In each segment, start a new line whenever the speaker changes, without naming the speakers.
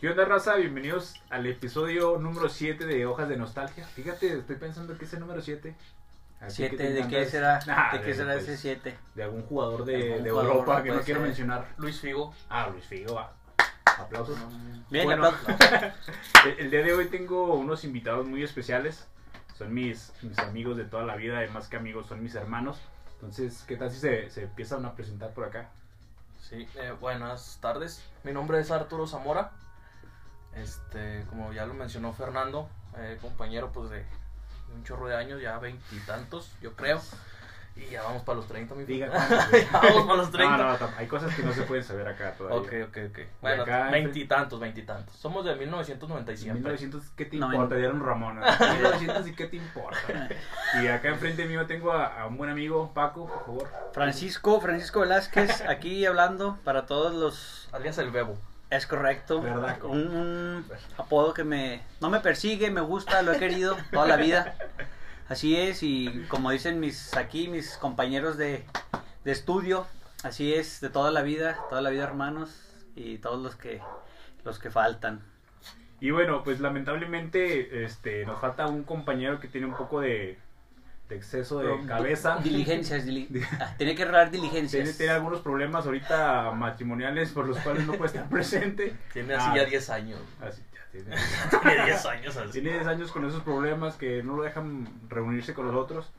¿Qué onda, raza? Bienvenidos al episodio número 7 de Hojas de Nostalgia. Fíjate, estoy pensando que es el número 7. Así que
Siete,
te
¿de qué
encantas-
será?
Nah,
¿De qué será
pues,
ese 7?
De algún jugador de,
Algún
de
jugador,
Europa
no
que no
puede
quiero
ser.
mencionar.
Luis Figo.
Ah, Luis Figo, ah. aplausos.
Bien,
Bueno.
aplausos.
El, el día de hoy tengo unos invitados muy especiales. Son mis, mis amigos de toda la vida, además que amigos, son mis hermanos. Entonces, ¿qué tal si se, se empiezan a presentar por acá?
Sí, eh, buenas tardes. Mi nombre es Arturo Zamora. Este, como ya lo mencionó Fernando, eh, compañero pues de un chorro de años, ya veintitantos, yo creo. Y ya vamos para los 30, mi
Diga.
ya vamos para los 30.
No, no, tam- hay cosas que no se pueden saber acá todavía.
Ok, ok, ok. Bueno,
acá, este.
veintitantos, veintitantos. Somos de 1997.
1900, ¿qué te
No,
importa?
en-
Dieron Ramón. ¿no? 1900, ¿y qué te importa? Y acá enfrente mío tengo a, a un buen amigo, Paco, por favor.
Francisco, Francisco Velázquez, aquí hablando para todos los...
Alias el Bebo.
Es correcto.
Verdad.
Un, un apodo que me... No me persigue, me gusta, lo he querido toda la vida. Así es, y como dicen mis aquí, mis compañeros de, de estudio, así es, de toda la vida, toda la vida hermanos, y todos los que, los que faltan.
Y bueno, pues lamentablemente este, nos falta un compañero que tiene un poco de, de exceso de cabeza.
Diligencias, dili- ah, tiene que errar diligencias.
Tiene, tiene algunos problemas ahorita matrimoniales por los cuales no puede estar presente.
Tiene así
Ah,
ya 10 años.
así, ya tiene.
Tiene 10 años así.
Tiene 10 años con esos problemas que no lo dejan reunirse con nosotros.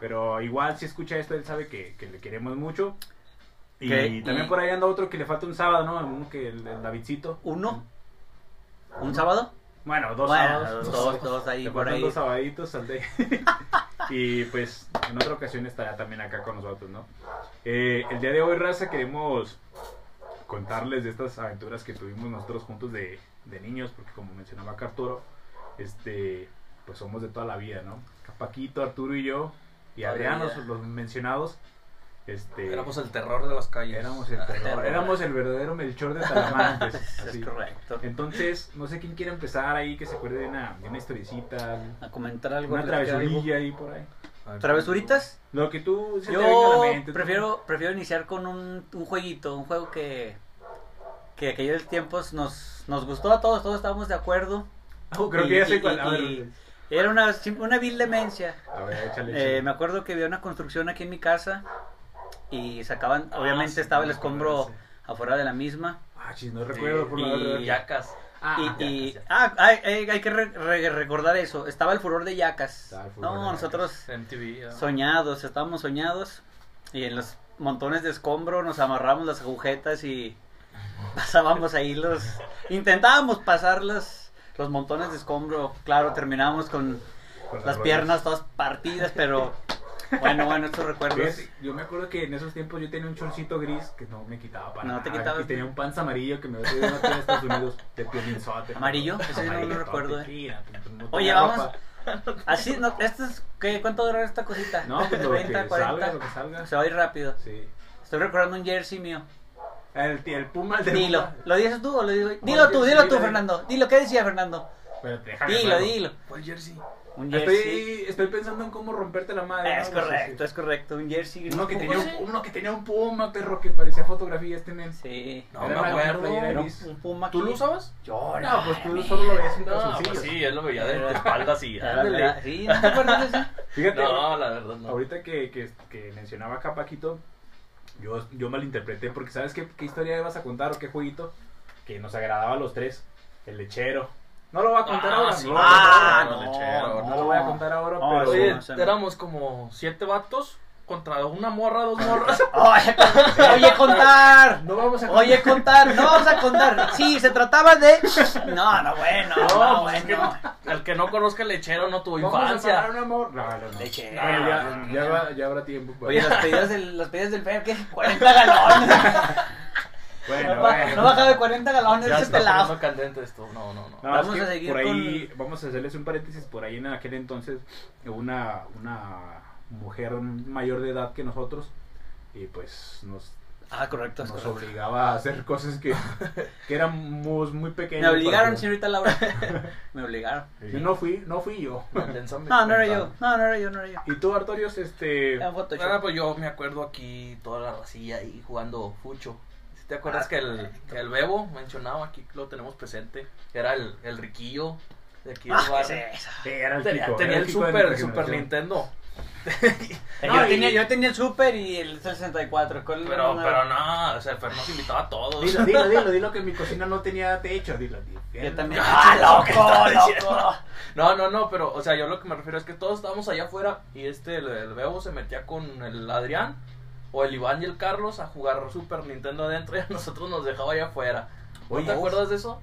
Pero igual, si escucha esto, él sabe que, que le queremos mucho. Y
Que-
también
y-
por ahí anda otro que le falta un sábado, ¿no? Uno que el, el Davidcito.
¿Uno? ¿Un sábado?
Bueno, dos
Bueno,
sábados.
dos, dos ahí,
Le
por
faltan
ahí.
dos sabaditos al de- y pues en otra ocasión estará también acá con nosotros, ¿no? Eh, el día de hoy, Raza, queremos contarles de estas aventuras que tuvimos nosotros juntos de, de niños, porque como mencionaba acá Arturo, este, pues somos de toda la vida, ¿no? Paquito, Arturo y yo, y
Toda la
Adrián, los,
vida.
los mencionados, este,
Éramos el terror de las calles. Ah,
éramos el terror,
terror.
éramos el verdadero Melchor de Talamantes. así.
Es correcto.
Entonces, no sé quién quiere empezar ahí, que se acuerde de una, de una historiecita,
A comentar algo.
una
platicar algo.
travesurilla ahí por ahí.
¿Travesuritas?
Lo que tú se te venga a
Yo
la mente, tú-
prefiero, prefiero iniciar con un, un jueguito, un juego que, que aquellos tiempos nos, nos gustó a todos, todos estábamos de acuerdo.
Ah, creo que ya sé cuál. A ver,
y- Era una, sim- una vil demencia.
a ver, échale.
Eh,
échale.
me acuerdo que había una construcción aquí en mi casa y sacaban, obviamente
Ah, sí,
estaba el
me acuerdo
escombro
de ese.
afuera de la misma.
Ah, chis, no recuerdo por la
y-
verdad.
Yacas.
Ah,
y, y-
ya, ya.
ah, hay, hay- hay que re- re- recordar eso. Estaba el furor de Yacas.
Estaba el furor de
No,
Yacas.
nosotros
MTV. ya.
soñados, estábamos soñados. Y en los montones de escombro nos amarramos las agujetas y pasábamos ahí los. Intentábamos pasar los, los montones de escombro. Claro, terminábamos con
con
las
rollas.
piernas todas partidas, pero bueno, bueno, estos recuerdos.
Fíjate, yo me acuerdo que en esos tiempos yo tenía un chorcito gris que no me quitaba para
No te
nada,
quitabas.
Y tenía un panza amarillo que me había traído una tía de Estados Unidos de piolinzote.
¿Amarillo? Ese yo no lo
Amarillo,
recuerdo,
todo
eh.
tequila, no
Oye,
tenía
vamos.
ropa.
Así, no, esto es- ¿qué, ¿cuánto duró esta cosita?
No, pues lo que
30,
salga, lo
40.
que salga.
Se va a ir rápido.
Sí.
Estoy recordando un jersey mío.
El, el puma, el del
Dilo,
Puma.
¿lo dices tú o lo digo yo?
Oye,
Dilo tú,
sí,
dilo tú,
dilo.
Fernando. Dilo, ¿qué decía Fernando?
Pero déjame
Dilo,
acuerdo.
dilo.
¿Cuál jersey?
Un jersey.
Ah, Estoy, estoy pensando en cómo romperte la madre.
Ah, Es
¿no? No sé
correcto,
si-
es correcto. Un jersey gris.
Uno que, tenía
Sí.
un, uno que tenía un puma, perro, que parecía fotografía este men.
Sí.
No
Era
me
una
acuerdo.
playera
Era un,
gris.
un puma.
¿Tú
aquí.
lo usabas?
Yo
No, pues tú solo lo veías en
No,
calzoncillos.
pues sí, él lo veía de, de espaldas y
Era
ándale.
verdad, Sí, ¿no te acuerdas de ese?
Fíjate,
No, la verdad no.
ahorita que, que, que mencionaba acá Paquito, yo, yo malinterpreté porque ¿sabes qué, qué historia ibas a contar o qué jueguito? Que nos agradaba a los tres. El lechero. No lo voy a contar
Ah,
ahora.
sí.
no lo voy a contar
Ah,
ahora.
no,
lechero,
No lo voy a contar ahora,
No,
pero...
Oye,
no sé, no.
éramos como siete vatos contra una morra, dos morras.
Oye, oye, contar.
No vamos a
Oye, contar. No vamos a contar. Sí, se trataba de. No, no, bueno. No,
No, pues es que
bueno.
el que no conozca el lechero no tuvo
Vamos a parar
infancia.
un amor. No, no, no.
Lechero.
Bueno, ya, ya, va- ya habrá tiempo. pues.
Oye, las pedidas del, las pedidas del Fer, ¿qué? 40 galones.
bueno,
No, ba-
bueno.
no bajaba de 40 galones
Ya
ese
está poniendo
pelado.
candente esto. No, no, no.
No,
Vamos
es que
a seguir
por ahí, vamos a hacerles un paréntesis, por ahí en aquel entonces hubo una, una mujer mayor de edad que nosotros y pues nos
Ah, correcto, es
nos
correcto.
obligaba a hacer cosas que, que éramos muy pequeños.
Me obligaron,
para que-
señorita Laura. Me obligaron.
Yo no fui, no fui yo.
No, no era yo. No, no era yo, no era yo.
Y tú, Artorios, este...
Era un Photoshop.
Bueno, Ah, pues yo me acuerdo aquí toda la racilla ahí jugando fucho. ¿Sí ¿Te acuerdas
Ah,
que, el, que el Bebo mencionaba aquí, lo tenemos presente? que Era el, el riquillo de aquí del
Ah,
barrio.
¿qué es eso?
eh, era el
Tenía,
Kiko,
tenía
era
el
Kiko de
Super, el
nuestra
Super
generación.
Nintendo.
Yo,
No, y-
tenía, yo tenía el Super y el 64. ¿Cuál era
Pero,
una-
pero no, o sea, el Fer nos invitaba a todos.
Dilo, dilo, dilo, dilo que mi cocina no tenía techo, dilo. dilo.
Yo también.
Ah,
¡Ah,
¿qué estaba
loco, loco!
diciendo? No, no, no, pero, o sea, yo lo que me refiero es que todos estábamos allá afuera y este, el, el Bebo se metía con el Adrián o el Iván y el Carlos a jugar Super Nintendo adentro y a nosotros nos dejaba allá afuera. ¿No
Oye, oh,
te
uf.
acuerdas de eso?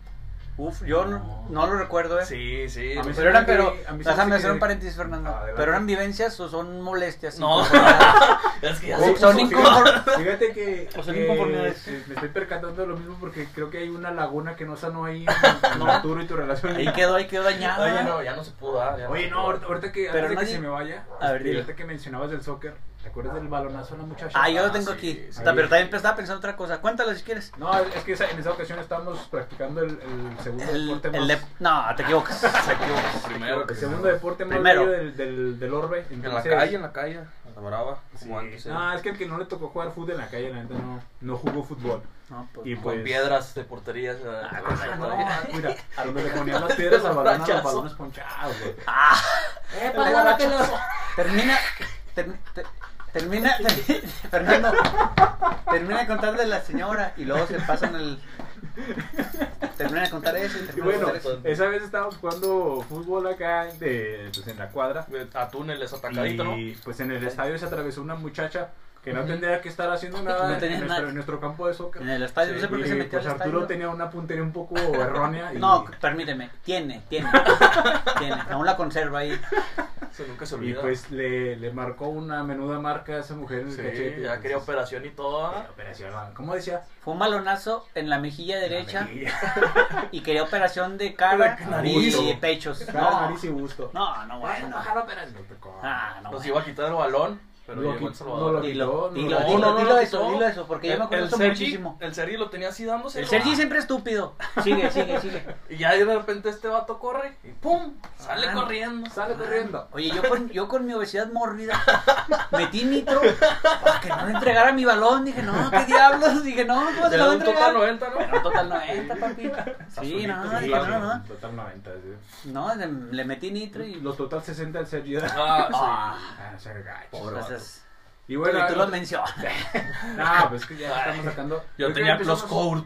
Uf, yo no, no lo recuerdo, ¿eh?
Sí, sí.
A mí
pues,
se
Pero eran,
me hace
pero.
que- a mí se me hace
Déjame
que-
hacer un paréntesis, Fernando.
Adelante.
¿Pero eran vivencias o son molestias?
No.
inconformidades?
es que ya
Oh,
se
Son
puso-
inconform-
Fíjate que,
O sea,
que este,
inconformidades.
me estoy percatando de lo mismo porque creo que hay una laguna que no sanó ahí en, en
No.
Arturo y tu relación.
Ahí quedó, ahí quedó dañado.
Oye, no, ya no se pudo dar. ya
Oye,
se
no,
pudo dar.
ahorita, ahorita que,
Pero
antes de que
nadie-
se me vaya,
A ver,
este,
dilo.
ahorita que mencionabas del soccer, ¿te acuerdas del balonazo a la muchacha?
Ah, yo lo
Ah,
tengo
sí,
aquí.
sí.
Está- Pero también estaba pensando otra cosa. Cuéntalo si quieres.
No, es que esa- en esa ocasión estábamos practicando el, el segundo
El,
deporte
el
más...
de- No, te equivocas.
Se equivocó primero.
el segundo deporte más
Primero.
bello del, del, del orbe.
En la
entonces-
calle, en la calle, a la brava, como antes.
Sí.
eh,
No, es que el que no le tocó jugar fútbol en la calle, la neta, no, no jugó fútbol.
No, pues,
Y
con
pues-
piedras de porterías. eh,
Ah,
todo eso,
No,
todavía.
mira, a donde le ponían las piedras al balón, a los
Planchazo.
balones ponchados, güey.
Ah,
¡Eh,
pasa la pelota. termina. ter- ter- termina. ter- Fernando. Termina de contar de la señora y luego se pasan el. Termina de contar eso y
Y
termina de
bueno, pues,
contar eso.
esa vez estábamos jugando fútbol acá de, pues, en la cuadra.
A túneles atacadito, ¿no?
Y pues en el estadio se atravesó una muchacha que no tendría que estar haciendo
No
nada en,
tenía
nuestro,
nada.
en nuestro campo de soccer.
En el estadio, no sé por qué
Y,
se metió
pues
al
Arturo
estadio.
tenía una puntería un poco errónea. Y,
No, permíteme. Tiene, tiene. tiene. Aún la conserva ahí.
Eso nunca se
y
olvida.
pues le, le marcó una menuda marca a esa mujer en el
Sí,
cachete. pues,
ya quería
Entonces,
operación y todo. ¿ah?
operación, ¿no? ¿Cómo decía?
Fue un balonazo en la mejilla derecha
La mejilla.
y quería operación de cara
Cara, nariz.
y pechos.
Cara,
No,
nariz y busto.
no, no, bueno.
Ojalá operas, no te cojas.
Ah, no,
Nos
bueno.
iba a quitar el balón, pero
Lo
llegó
quit-
el Salvador.
no Pues lo-
Dilo,
No,
dilo,
no,
dilo,
no,
dilo
lo
eso,
quitó.
dilo eso, porque yo me acuerdo
el
eso
Sergi-
muchísimo.
El Sergi lo tenía así dándose.
El Sergi siempre estúpido. Sigue, sigue, sigue.
Y ya de repente este vato corre y ¡pum! Sale
Ah.
corriendo.
Sale corriendo.
Oye, yo con, yo con mi obesidad mórbida metí nitro para que no le entregara mi balón. Dije, no, qué diablos. Dije, no, ¿cómo se
Le
lo
da
va a
un total
entregar?
90, ¿no?
Pero un total 90, papi. Sí, no,
Sí,
dije, no, no.
Total 90. sí.
No, le, le metí nitro y...
Los total 60 al Sergio.
Ah,
Ah,
Ah, se agacha.
Pobre vato.
entonces,
Y bueno,
y tú lo mencionas.
no, pues que ya estamos sacando.
sí. Yo
creo
tenía
que
los
empezamos- Ah,
Court.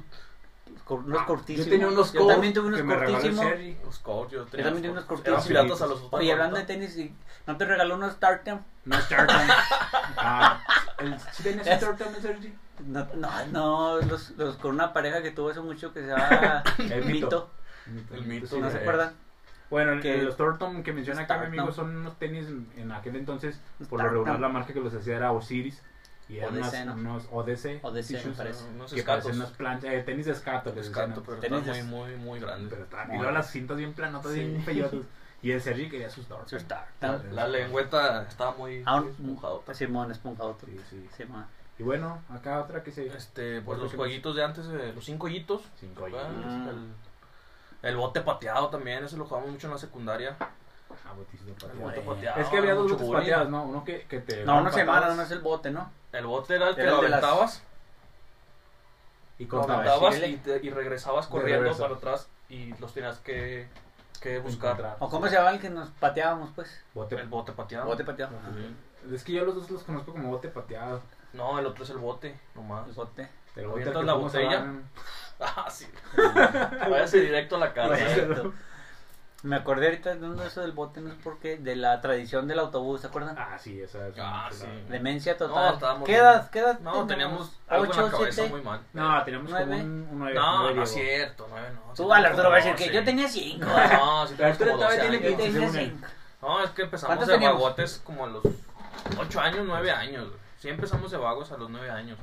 Cor- Unos cortísimos.
Yo tenía unos
Yo también tuve unos
que me regaló el
cortísimos.
Sergi.
Los Court, yo
Yo
tenía.
también tuve unos
los Court.
cortísimos.
Eran piratas a los
Oye, hablando de tenis, ¿y ¿no te regaló unos Tartan?
No es Tartan. Ah, el- ¿Sí tenías un Tartan, el Sergi?
No, no, no los, los con una pareja que tuvo hace mucho que se llama
El
Mito.
mito.
El mito,
Sí,
¿No se
eh,
acuerdan?
Bueno, el-
Que-
los Tortom que menciona acá mi
Tartan.
amigo son unos tenis en aquel entonces, por lo
Tartan.
regular la marca que los hacía era Osiris y eran
ODC,
unas-
¿no?
unos ODC,
ODC, me
tissues,
parece.
Unos
que parecen
escatos.
unas planchas, eh, tenis de escato, les decían,
Escato, pero
Tenis
están muy,
es-
muy, muy
pero
grandes.
estaban, y luego las cintas bien planotas,
Sí.
bien feyotas, y el Sergi quería sus Tortom.
Sus Tartan.
La lengüeta estaba muy
Aún-
esponjada.
Simón, esponjado.
Sí, sí.
Simón.
Y bueno, acá otra que se...
Este, pues
Otro
los
que
jueguitos de antes, eh, los cinco hoyitos.
Cinco
¿verdad?
hoyitos.
Este, El, el bote pateado también, eso lo jugamos mucho en la secundaria.
Ah, botis de
El
pateado.
bote
Bueno.
pateado.
Es que había dos
mucho
botes
bullying.
pateados, ¿no? Uno que, que
Eh,
te...
No, no se
patadas
llama, no es el bote, ¿no?
El bote era el que
Era el
lo
de las-
aventabas,
Y
lo
contabas.
aventabas
sí,
y, te- y regresabas
De
corriendo
reversa.
para atrás y los tenías que, que buscar.
Encontrar.
¿O cómo se llama el que nos pateábamos, pues?
Bote-
El bote pateado.
Bote pateado.
Sí.
Es que yo los dos los conozco como bote pateado.
No, el otro es el bote, nomás.
El bote.
Pero
¿Avientas
ahorita que
la
fuimos a
botella?
Dan-
Ah, sí. Váyase directo a la ¿eh? cara.
Bueno.
Correcto. Me acordé ahorita de uno de esos del bote, no sé por qué, de la tradición del autobús, ¿se acuerdan?
Ah, sí, esa es. una
Ah, sí.
chulada.
Demencia
No,
total.
estábamos
¿Qué
bien.
edad? ¿Qué edad?
No, teníamos algo en la
¿Ocho,
cabeza
siete?
muy mal.
No, tenemos como
Nueve.
un 9.
No, no es cierto, nueve no.
Tú al Arturo vas a decir
Sí.
que yo tenía cinco.
No, si
Pero
tenemos
tú
como
todavía tiene
12
Yo
años.
que-
tenía
según él.
cinco.
No, es que empezamos
¿Cuántos
de
teníamos?
vagotes como a los 8 años, 9 años. güey. Sí empezamos de vagos a los 9 años.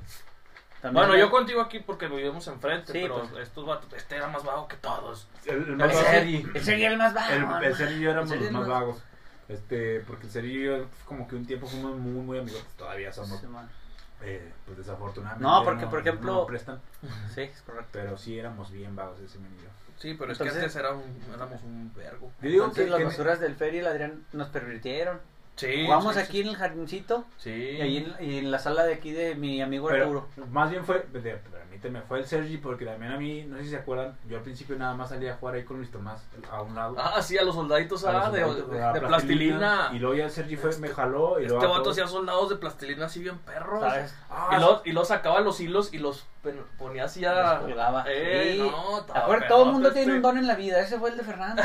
También
Bueno,
me-
yo contigo aquí porque vivimos enfrente,
Sí,
pero
pues.
estos vatos, este era más vago que todos.
El, el,
El
más vago-
Sergi.
Ese sería el más bajo.
el, el Sergi y yo éramos
El Sergi
los más
no-
vagos. Este, porque el Sergi y yo, como que un tiempo fuimos muy, muy amigos. Todavía somos.
Sí, man.
Eh, pues desafortunadamente.
No, porque, por ejemplo-
no lo prestan,
Sí, es correcto.
pero sí éramos bien vagos ese menino.
Sí, pero es
Entonces-
que antes era un, éramos un vergo.
Yo digo
Entonces
que-
las
que-
basuras del Fer y el Adrián nos pervirtieron.
Sí.
Jugamos
sí,
aquí en el jardincito
Sí.
y ahí en, y en la sala de aquí de mi amigo Arturo.
Pero más bien fue, de- permíteme, fue el Sergi, porque también a mí, no sé si se acuerdan, yo al principio nada más salía a jugar ahí con Luis Tomás a un lado.
Ah, sí, a los soldaditos
a los
ah, de,
soldados,
de-
a
de plastilina.
Y luego ya el Sergi fue, me jaló y luego.
Este
a
vato
todos-
hacía soldados de plastilina así bien perros.
¿Sabes?
Ah,
Y los, y los sacaba los hilos y los pen- ponía así a.
Nos colgaba. Sí.
Eh, no,
De
estaba
acuerdo, todo el
perrote
pues,
mundo tiene
este.
un don en la vida. Ese fue el de Fernando.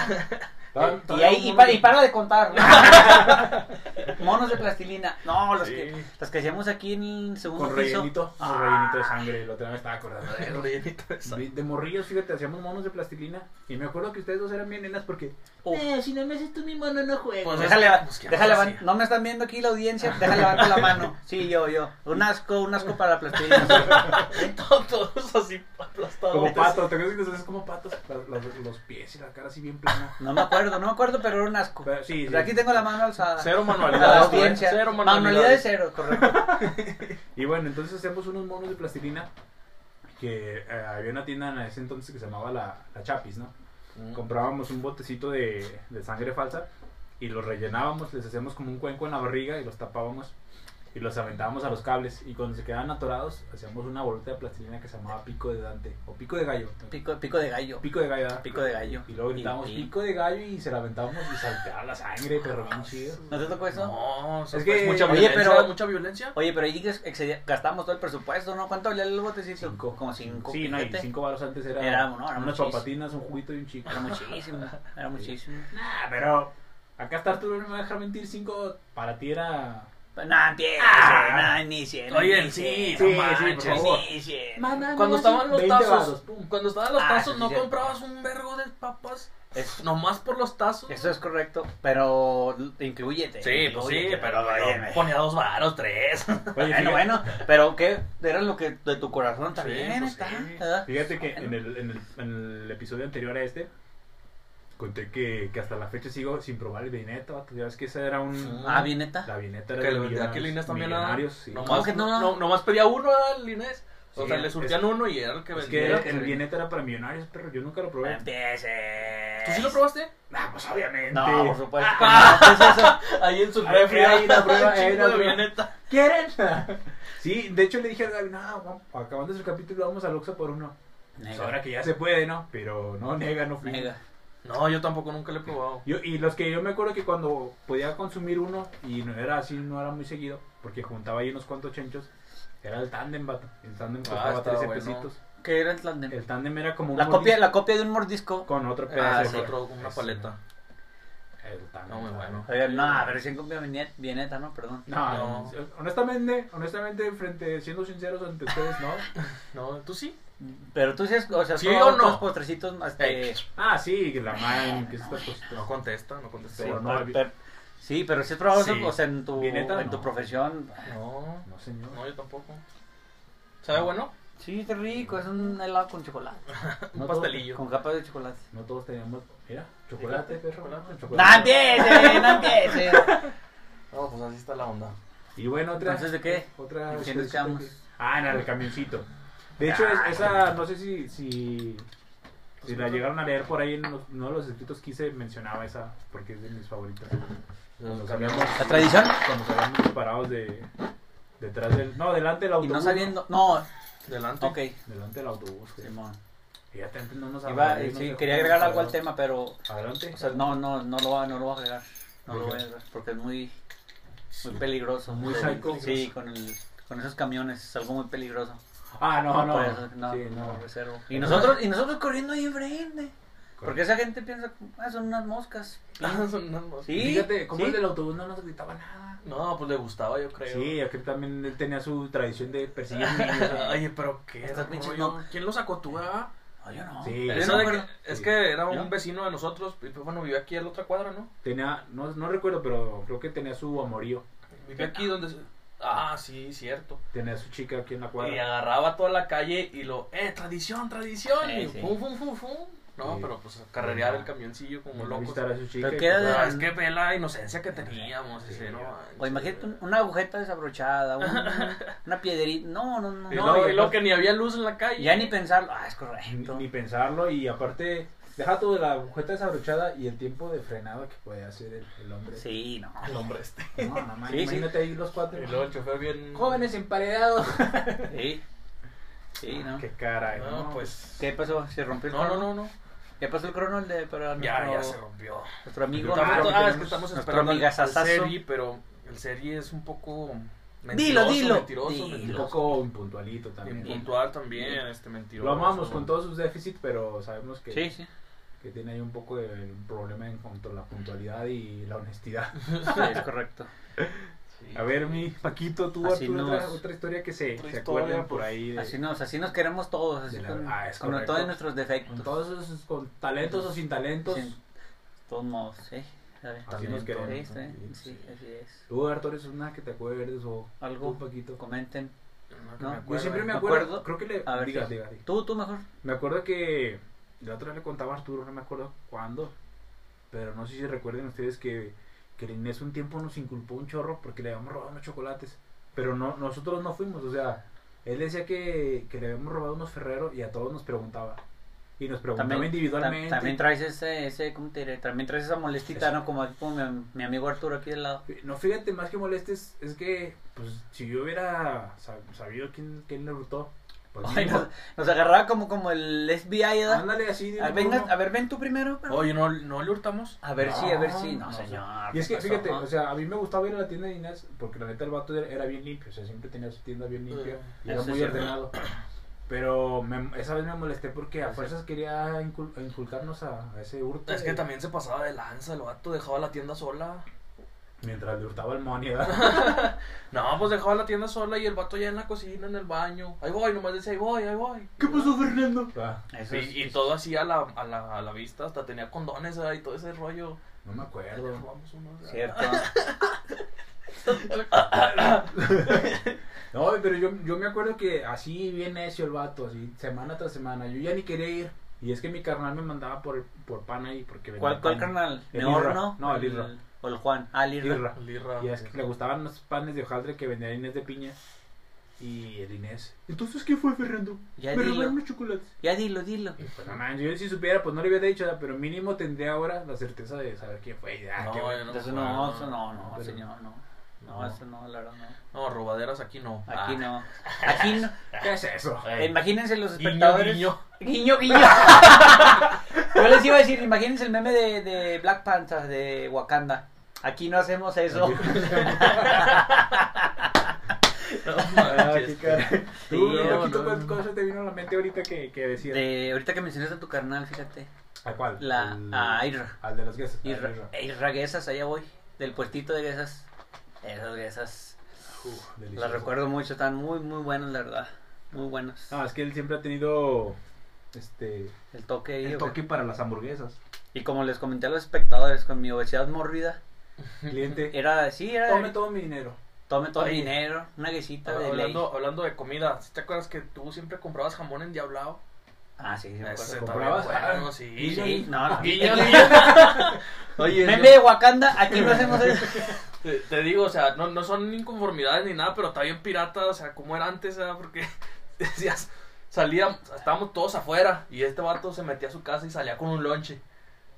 tal-
eh, Y,
tal-
ahí, y, para, y para de contar. Monos de plastilina. No, los,
Sí.
que, los que hacíamos aquí en el segundo
Con
piso.
rellenito, con
Ah.
rellenito de sangre, lo me estaba acordando.
Eh, rellenito de sal.
De, de morrillos, fíjate, hacíamos monos de plastilina. Y me acuerdo que ustedes dos eran bien nenas porque.
Oh.
"Eh, si no me haces tú mi mono, no juego.
Pues,
Déjale, va-
Pues, ¿qué
déjale,
hacía?
va- no me están viendo aquí la audiencia, déjale levantar la mano. Sí, yo, yo. Un asco, un asco para la plastilina.
Todos así aplastados.
Como patos, ¿te acuerdas que nos haces como patos? Los, los- los pies y la cara así bien plana.
No me acuerdo, no me acuerdo, pero era un asco.
Pero sí,
O
sí.
sea, Pues aquí tengo la mano alzada.
Cero
Para
manualidades.
la
güey.
audiencia.
Cero manualidades.
manualidades. cero, correcto.
Y bueno, entonces hacemos unos monos de plastilina que eh, había una tienda en ese entonces que se llamaba la, la Chapis, ¿no?
Mm.
Comprábamos un botecito de, de sangre falsa y los rellenábamos, les hacíamos como un cuenco en la barriga y los tapábamos y los aventábamos a los cables. Y cuando se quedaban atorados, hacíamos una bolita de plastilina que se llamaba pico de Dante o pico de gallo.
Pico, pico de gallo.
Pico de gallo. ¿verdad?
Pico de gallo.
Y luego gritábamos
Y- y-
pico de gallo y se la aventábamos y salteaba la sangre, pero bien chido.
¿No te tocó eso?
No,
Es
es
que-
que mucha
Oye,
violencia,
pero-
mucha violencia.
Oye, pero ahí gas- excedía- gastamos todo el presupuesto, ¿no? ¿Cuánto valía el botecito? Como cinco.
Sí, no, y
fíjate.
cinco baros antes era,
Era, ¿no? Era
unas
muchísimo.
papatinas, un juguito y un chico.
Era muchísimo, era muchísimo.
Nah, pero acá está Arturo, no me va a dejar mentir. Cinco para ti era.
Pero No, empieces,
Ah.
no, inicien.
Oye,
inicien,
sí,
sí,
no manches.
sí, por favor.
inicien.
Cuando estaban los
20
tazos,
varos, pum.
cuando estaban los
Ah,
tazos,
sí,
¿no
sí.
comprabas un vergo de papas?
Es-
Nomás por los tazos.
Eso es correcto, pero incluyete.
Sí, pues sí,
inclúyete,
pero
óyeme.
ponía dos varos, tres.
Oye,
Bueno,
fíjate,
bueno, pero ¿qué? Era lo que de tu corazón
Sí,
también
pues
está.
sí.
¿verdad?
fíjate que en el, en, el, en el episodio anterior a este. Conté que, que hasta la fecha sigo sin probar el vineta, vato. Ya ves que esa era un.
Ah, bien neta.
La vineta era
Que
de
los de aquí
millonarios-
Lines también era.
millonarios, sí.
¿Cómo
Nomás,
que no?
no? nomás pedía uno al Inés. O
Sí,
sea, le
es-
surtían uno y era el que
Es que era-
vendía.
que
el
se-
vineta era para millonarios, pero yo nunca lo probé.
Empiece.
¿Tú sí lo probaste?
Ah, pues obviamente.
No, por supuesto. que no. ¿Qué es eso?
Ahí en su
Ahí-
refri.
ahí la prueba,
un
ahí
chingo
la
de
prueba.
avioneta.
¿Quieren? Sí, de hecho le dije a Gaby, no, vamos, acabando su capítulo vamos al Oxxo por uno. Pues
Nega,
ahora que ya se puede, ¿no? Pero no, nega, no fui.
nega.
No, yo tampoco nunca le he probado.
Yo, y los que yo me acuerdo que cuando podía consumir uno, y no era así, no era muy seguido, porque juntaba ahí unos cuantos chenchos, era el tándem, vato. El tándem
Ah,
costaba
estaba
13
bueno.
pesitos.
¿Qué era el Tlandem?
El tándem era como un
La copia,
mordisco
la copia de un mordisco.
con otro pedazo.
Ah,
de
es
flor.
otro, una
Ese,
paleta.
El tándem.
No, muy
estaba
bueno.
Oiga, no, pero sí copia vinet- vieneta, ¿no? Perdón.
No,
No.
honestamente, honestamente, frente, siendo sinceros ante ustedes, ¿no?
No, tú sí.
Pero tú sí, has- o sea,
¿Sí
son
o no?
otros postrecitos este, más que...
Ey.
Ah, sí, que la man, que estas
No
cositas.
contesta, no contesta.
Sí, Pero no,
Pero-
vi-
pero- sí, pero si has probado eso,
Sí.
o sea, en tu,
Vineta,
en tu
no.
profesión.
No,
No, señor.
no, yo tampoco. ¿Sabe bueno?
Sí, está rico, es un helado con chocolate.
No
Un pastelillo.
Con capas de chocolate.
No todos teníamos. Mira, chocolate, perro.
Chocolate.
chocolate.
¡No empiece! ¡No empiece!
No, pues así está la onda.
Y bueno, otra. eh,
Entonces, ¿de qué?
Otra.
¿En qué nos
cosita
quedamos?
que- Ah, en el camioncito. De hecho,
Ah,
es- esa, no sé si. si... Si la llegaron a leer por ahí en los- uno de los escritos que hice, mencionaba esa, porque es de mis favoritas. Cuando salíamos,
¿La tradición?
cuando salíamos parados de, detrás del... No, delante del
Y
autobús.
no sabiendo... No,
Delante.
ok.
Delante del autobús. que-
Simón.
Fíjate, antes no nos
Iba,
hablaba,
eh,
no
sí,
sé,
quería
¿cómo
agregar
nos
algo al
hablamos?
tema, pero...
Adelante.
O sea, no, no, no lo va, no lo va a agregar. No lo
Ok.
voy a agregar porque es muy, muy peligroso.
Muy
Sí,
psycho.
Sí, con, el, con esos camiones es algo muy peligroso.
Ah, no, no.
Por eso, no,
Sí,
no,
no.
reservo. Y nosotros, y nosotros corriendo ahí enfrente. Porque
Correcto.
esa gente piensa, ah, son unas moscas.
Ah, Son unas moscas.
Sí,
Fíjate, como
sí.
el del autobús no nos gritaba nada.
No, pues le gustaba, yo creo.
Sí, aquí también él tenía su tradición de perseguir niños.
Oye, pero qué.
Estas pinches
rollo.
no-
¿Quién los acotúa?
No, yo no.
Sí,
Yo
eso
no
de
me acuerdo.
es
Sí.
ah? que era un
¿Yo?
vecino de nosotros. y, pues, Bueno, vivía aquí en la otra cuadra, ¿no?
Tenía, no, no recuerdo, pero creo que tenía su amorío.
Vivía aquí donde. se- Ah, sí, cierto.
Tenía su chica aquí en la
Y
cuadra.
agarraba toda la calle y lo. ¡Eh, tradición, tradición!
Eh,
y
sí.
fum, fum, fum, fum. No,
Sí.
pero pues carrerear el camioncillo como locos.
Visitar a su chica
Pero
y
queda
pues,
de-
Ah, es que ve la inocencia que teníamos.
Sí.
ese, ¿no?
O imagínate un- una agujeta desabrochada, un- una piedrita. No, no, no.
Y
no,
luego-
y
y lo que ni había luz en la calle.
Ya ni pensarlo. Ah, es
ni,
correcto.
ni pensarlo y aparte deja tú de la agujeta desabrochada y el tiempo de frenado que puede hacer el, el hombre.
Sí, no.
El hombre este.
No, no, man,
Sí, sí.
imagínate ahí los cuatro.
Y luego el chofer bien.
Jóvenes emparedados.
Sí. Sí, no.
Qué cara,
No,
¿no?
pues.
¿Qué pasó? ¿Se rompió el
No,
crono?
no, no, no.
¿Ya pasó el crono el de para
Ya,
nuestro,
ya se rompió.
nuestro amigo?
Estamos-
nuestro,
que
ah, es que
tenemos
estamos
nuestro
esperando el, el
amigazazazo.
Seri, pero el Seri es un poco
Dilo,
mentiroso,
dilo,
mentiroso,
dilo.
Un
mentiroso.
poco impuntualito también.
Impuntual también,
Bien.
este mentiroso.
Lo amamos con todos sus déficits, pero sabemos que,
Sí, sí.
que tiene ahí un poco de un problema en cuanto a la puntualidad y la honestidad.
Sí, es correcto.
Sí.
A ver, mi Paquito, tú,
Así
Arturo, otra,
nos-
otra historia que se,
otra
se
historia,
acuerden por
pues,
ahí. de-
Así nos, así nos queremos todos, así
De la-
con,
ah, es
con
correcto.
todos nuestros
con
defectos.
todos sus con talentos o sin talentos.
Sí, de todos modos, sí. está bien.
Así nos queremos,
Sí, está bien,
¿no?
sí, así es.
Tú, Arturo, es una que te acuerdes o
Algo.
tú, Paquito.
Comenten.
No, que
No, yo
me
Yo
acuerdo.
siempre me
Me
acuerdo,
acuerdo.
creo que le...
A ver,
diga,
sí.
diga, diga.
Tú, tú mejor.
Me acuerdo que la otra vez le contaba a Arturo, no me acuerdo cuándo, pero no sé si recuerden ustedes que, que el Inés un tiempo nos inculpó un chorro porque le habíamos robado unos chocolates, pero no nosotros no fuimos, o sea, él decía que, que le habíamos robado unos ferreros y a todos nos preguntaba. Y nos preguntaba individualmente.
tam- también traes ese, ese, ¿cómo te diré? También traes esa molestita, ¿no? Como, como mi, mi amigo Arturo aquí del lado.
No, fíjate, más que molestes, es que, pues, si yo hubiera sab- sabido quién, quién le rutó, pues,
Ay,
mínimo,
nos, nos agarraba como, como el FBI, ¿verdad?
ándale así. de
A,
uno
venga,
por uno.
a ver, ven tú primero. pero-
Oye, ¿no, ¿no le hurtamos?
A ver si, a ver
No,
si. No,
no,
señor.
Y es que,
¿qué pasó?
fíjate,
Ah,
o sea, a mí me gustaba ir a la tienda de Inés porque la neta el vato era, era bien limpio, o sea, siempre tenía su tienda bien limpia y era
Eso
muy
sí.
ordenado. Pero me- esa vez me molesté porque a
Sí.
fuerzas quería incul- inculcarnos a, a ese hurto.
Es que
de-
también se pasaba de lanza, el vato dejaba la tienda sola.
Mientras le hurtaba el money, ¿verdad?
No, pues dejaba la tienda sola y el vato ya en la cocina, en el baño. Ahí voy, nomás decía, ahí voy, ahí voy.
Fernando? Ah,
eso
Sí,
es-
y todo así a la, a, la, a la vista, hasta tenía condones ¿verdad? y todo ese rollo.
no me acuerdo.
Vamos uno, ¿verdad?
Cierto.
No, pero yo, yo me acuerdo que así bien necio el vato, así semana tras semana. Yo ya ni quería ir. Y es que mi carnal me mandaba por, por pan ahí porque vendía
¿Cuál, cuál
pan.
carnal?
El
¿Neor,
Irra.
no?
No, el Irra.
¿O el Juan? Ah, el Irra.
Irra.
Lirra.
Y es que le gustaban los panes de hojaldre que vendía Inés de Piña. Y el Inés. Entonces, ¿qué fue, Fernando?
Ya
Me
dilo.
robaron los chocolates.
Ya dilo, dilo.
Y pues, no manches, yo si supiera, pues no le hubiera dicho, pero mínimo tendría ahora la certeza de saber quién fue. Y, ah,
No,
qué
yo
bueno.
no
Entonces,
me
no,
acuerdo.
eso no, no,
Pero-
señor, no. No,
No.
eso no, la verdad, no.
No, robaderas aquí no.
Aquí
Ah.
no. Aquí no.
¿Qué es eso?
Ah,
Ey.
Imagínense los
Guiño,
espectadores.
guiño.
guiño. guiño. Yo les iba a decir, imagínense el meme de, de Black Panther de Wakanda. Aquí no hacemos eso.
No
Ah,
manches.
qué cara.
Sí,
Tú,
no,
loquito,
no,
¿cuál
no.
cosa te vino a la mente ahorita que, que decía?
De, ahorita que mencionaste a tu carnal, fíjate.
¿A cuál?
La-
Al-
a Irra.
Al de los gueses. al de
Ah, Irra, Irra Guesas, allá voy. Del puestito de Guesas. Esas Guesas.
Uf, delicioso.
Las recuerdo mucho, están muy, muy buenas, la verdad. Muy buenas.
Ah, es que él siempre ha tenido este
El toque ahí,
el
ok.
toque para las hamburguesas.
Y como les comenté a los espectadores, con mi obesidad mórbida,
Cliente,
era, sí, era,
tome todo mi dinero.
tome todo el
Oye.
dinero, una guisita de ley.
Hablando, hablando de comida, ¿sí ¿te acuerdas que tú siempre comprabas jamón endiablado?
Ah, sí, sí, me acuerdo.
Ese
¿Comprabas?
también, Bueno, sí.
Guiño,
Sí, no, no.
Guiño,
Aquí-
guiño. Oye,
Meme de Wakanda, aquí no hacemos eso.
Te, te digo, o sea, no, no son inconformidades ni nada, pero está bien pirata, o sea, como era antes, ¿verdad? porque decías, salíamos, estábamos todos afuera y este vato se metía a su casa y salía con un lonche.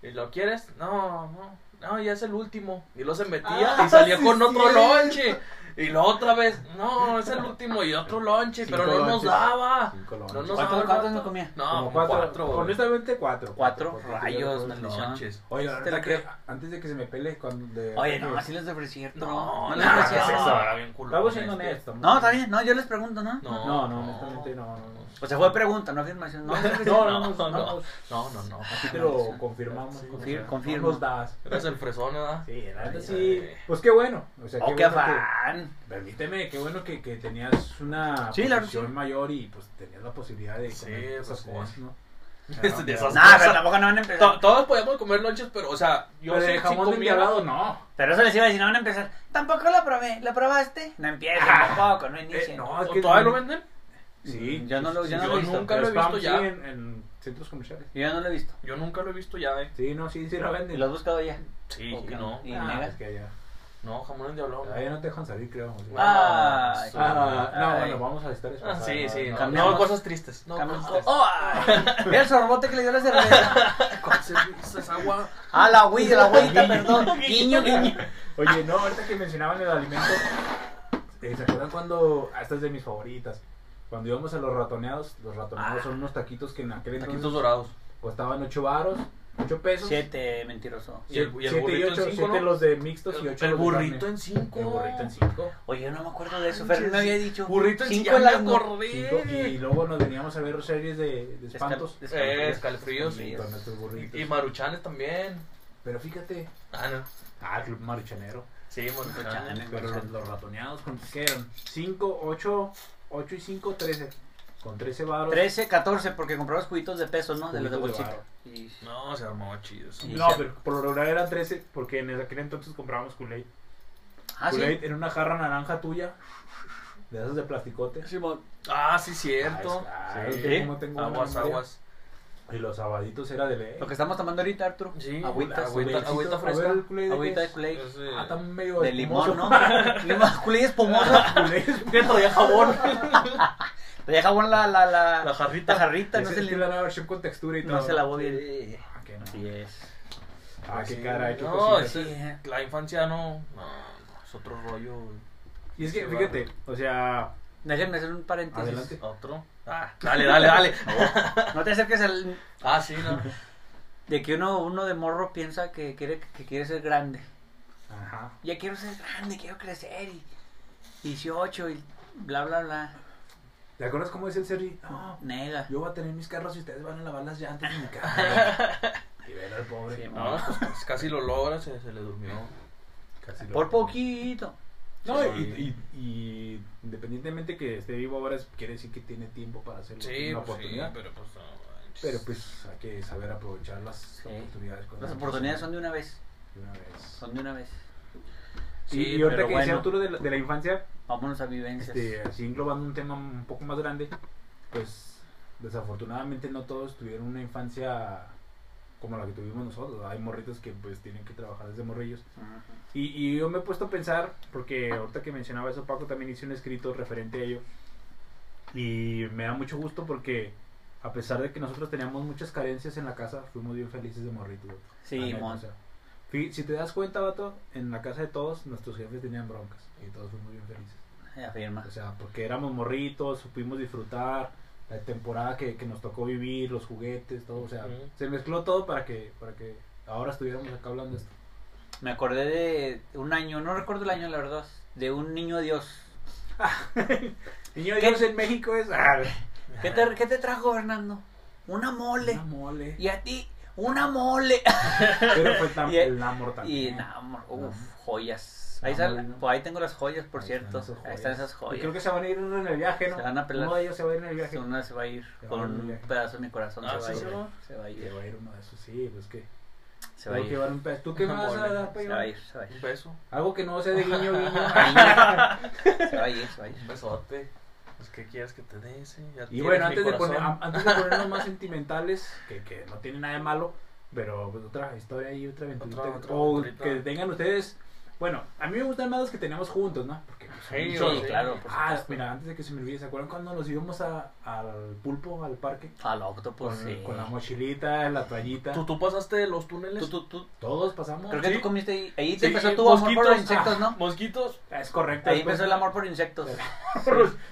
¿Y lo quieres? No, no, no, ya es el último. Y luego se metía
Ah,
y salía
sí,
con otro
cierto.
lonche. Y luego otra vez, no, es el último y otro lonche,
Cinco
pero no nos
lonches.
daba.
Cinco
No
lonches.
nos
¿Cuántos-
daba el
cuántos
vato.
no comía?
No,
Como
como cuatro. güey.
Honestamente, cuatro.
Cuatro
Porque
rayos,
yo-
maldición.
lonches.
Oye, la
Te
verdad
la
que
creo.
antes de que se me pele cuando... de-
Oye, no, así les ofrecí cierto.
No, no,
les
no,
ofrecí
¿qué es
eso.
eso?
era bien culón
Estamos siendo
este.
honestos.
No, está bien, no, yo les pregunto, ¿no?
No,
No, no, honestamente no. no, no.
O sea, fue pregunta, no afirmación. No,
No, no, no, no,
no,
no.
No, no, no.
Aquí te lo confirmamos.
Sí,
como
confir-
sea,
confirmo.
no nos das.
Eres el fresón, ¿verdad?
Sí, la verdad
Ay,
sí.
ay.
Pues qué bueno. O sea,
Oh,
qué
qué
bueno que-
afán.
Permíteme, qué bueno que, que tenías una
Sí, la verdad,
posición
sí.
mayor y pues tenías la posibilidad de
Sí,
comer esas
pues,
cosas,
sí.
¿no?
De
Pues,
esas-
Nah, pero tampoco no van a empezar.
To- todos podíamos comer lonches, pero, o sea, yo
Pero
sí,
de
sí
jamón de
comía.
endiablado, no.
Pero eso les iba a decir, no van a empezar. Tampoco la probé. ¿La probaste? No empiecen, tampoco, no
Eh,
inicien.
no, es
¿O
que
¿Todavía lo venden?
Sí.
Yo no lo- yo no
Sí,
lo he visto.
Nunca lo he visto ya.
ya.
en, en centros comerciales.
Yo ya no lo he visto.
Yo nunca lo he visto ya, eh.
Sí, no, sí, sí lo
¿Y
venden.
lo has buscado ya?
Sí,
Ok.
no.
Y
Ah,
nega.
es que allá.
No, jamón en diablo.
Allá no te dejan salir, creo. Sí.
Ah,
Ah,
sí.
Ah, no,
ay.
bueno, vamos a estar
Ah,
esposados,
sí, sí.
no,
No,
Cambiamos.
no, cosas tristes. No,
Cambiamos
cosas
ustedes. ¡Oh! Mira el sorbote que le dio la cerveza.
tristes. Es agua.
Ah, la agüita, la agüita, perdón. Guiño, guiño.
pues, Oye, no, ahorita que mencionaban el alimento, eh, ¿se acuerdan cuando? ah, Esta es de mis favoritas. Cuando íbamos a los ratoneados, los ratoneados
Ah.
son unos taquitos que en aquel entonces
Taquitos dorados.
costaban 8 varos, 8 pesos.
Siete, mentiroso.
Y el, y el
7 y
burrito
8,
en 5, ¿no?
los de mixtos y 8
el burrito en 5.
El burrito en 5.
Oye, yo no me acuerdo de eso. Fermín me había dicho.
Burrito en
cinco
5,
en
ya
las
me
no-
Y
acordé.
luego nos veníamos a ver series de, de espantos.
Escal-
Eh,
escalofríos.
escalofríos.
Y con nuestros burritos.
Y maruchanes también.
Pero fíjate,
Ah, no.
ah, Club Maruchanero.
Sí, maruchanes.
Maruchanes.
Pero los, los ratoneados, ¿cuántos que eran? 5, 8, 8 y 5, 13. Con 13 varos.
13, 14, porque comprabas cubitos de peso, ¿no? De los de
Juguitos de
bolsita. Y-
No, se armó chido. eso.
Y
No,
ya.
pero por lo regular eran 13 porque en aquel entonces comprábamos Kool-Aid.
Ah, sí.
Kool-Aid en una jarra naranja tuya, de esas de plasticote.
Simón.
Ah, sí, cierto.
Ah, es-
Sí.
ay, ¿cómo tengo
Aguas,
una memoria?
aguas.
Y los sabaditos era de ley.
Lo que estamos tomando ahorita, Arturo.
Sí,
Agüita,
agüita,
agüita.
agüita fresca.
A ver, el Kool-Aid de
Agüita
qué
de
es?
Kool-Aid.
Ese-
Ah, está medio
De
espumoso.
limón, ¿no? Limón, Kool-Aid espumoso.
Kool-Aid es-
Que traía jabón.
Le deja bueno la, la, la,
La jarrita.
la jarrita, no
Ese
se
es que
le
la nueva versión con textura y todo.
no se lavó bien.
Ah, que no.
Así es.
Ah, qué caray, qué
No,
cositas.
sí,
eh.
la infancia no. No, no, es otro rollo. güey.
Y es que, fíjate, o sea,
Déjenme hacer un paréntesis.
Adelante.
Otro. Ah, dale, dale, dale.
No te acerques al
ah, sí, no.
de que uno uno de morro piensa que quiere que quiere ser grande.
ajá.
Ya quiero ser grande, quiero crecer y 18 y bla bla bla.
¿Te acuerdas cómo es el Sergi? No,
Nega.
yo voy a tener mis carros y ustedes van a lavar las llantas en mi casa. y ver al pobre.
Sí,
No, pues casi lo logra, se, se le durmió.
Casi lo-
Por poquito.
No, y,
Sí.
y- y independientemente que esté vivo ahora, es- quiere decir que tiene tiempo para hacerlo. tiene
Sí,
una
pues, sí,
oportunidad. pero...
pero pues no. manches.
pues hay que saber aprovechar las
Sí.
oportunidades. cuando
Las
se
oportunidades
presentan
son de una vez,
de una vez.
son de una vez.
Y-
Sí,
y ahorita
pero
que decía
bueno.
Arturo de la, de la infancia,
Vámonos a vivencias.
este, así englobando un tema un poco más grande, pues desafortunadamente no todos tuvieron una infancia como la que tuvimos nosotros. Hay morritos que pues tienen que trabajar desde morrillos.
Ujú.
Y, y yo me he puesto a pensar, porque ahorita que mencionaba eso, Paco también hice un escrito referente a ello. Y me da mucho gusto porque, a pesar de que nosotros teníamos muchas carencias en la casa, fuimos bien felices de morritos. güey. La
Sí,
neta,
mon.
o sea, fi- si te das cuenta, vato, en la casa de todos, nuestros jefes tenían broncas. Y todos fuimos bien felices.
Afirma.
O sea, porque éramos morritos, supimos disfrutar la temporada que, que nos tocó vivir, los juguetes, todo. O sea,
Ujú.
se mezcló todo para que, para que ahora estuviéramos acá hablando de esto.
Me acordé de un año, no recuerdo el año la verdad, de un niño Dios.
Niño
¿Qué?
Dios en México es... Ah,
¿Qué te, qué te trajo, Fernando? Una mole.
Una mole.
Y a ti, una mole.
Pero fue tam-
Y-
el amor
Y
también.
nada, amor, uf,
No.
joyas.
No,
Ahí, sal-
mole, no.
por ahí tengo las joyas, por
Ahí
cierto.
están esas
ahí están esas
Y creo que
joyas.
se van a ir en el viaje, ¿no?
Se van a pelar.
Uno de ellos se va a ir en el viaje.
Una se va a ir
Se va
con
a ir,
un
ya.
pedazo de mi corazón.
Ah,
se, va a
sí,
ir,
se va.
se va a
Y
ir.
va a ir uno de esos, sí, pues que.
Se
Tengo
va a
que
ir.
llevar un pedazo. ¿Tú qué me
Un
vas a
mole.
dar para
Se va a
llevar?
ir, se va a
Un
ir.
beso,
Algo que no sea de guiño, guiño.
Se va a ir, se va a ir.
un besote. Pues qué quieres que te dé ese. Ya
y
tienes
bueno,
mi
antes de,
corazón.
poner, a- antes de ponernos más sentimentales, que, que no tiene nada de malo, pero pues, otra historia y otra aventurita.
Otra- otra
o
aventurita.
que tengan ustedes. Bueno, a mí me gustan más los que tenemos juntos, ¿no? Porque pues, son
Sí,
muchos.
Solo.
Sí, claro. por
Ah,
supuesto.
mira, antes de que se me olvide, ¿se acuerdan cuando nos íbamos a- al pulpo, al parque?
Al octopus,
Con,
Pues sí.
con la mochilita, la toallita.
¿Tú, tú pasaste los túneles.
Tú, tú, tú.
Todos pasamos.
Creo que
Sí.
tú comiste ahí. Ahí
Sí,
te empezó
eh,
tu amor por
mosquitos.
los insectos, ¿no?
Mosquitos.
Es correcto.
Ahí
ah. después-
empezó el amor por insectos.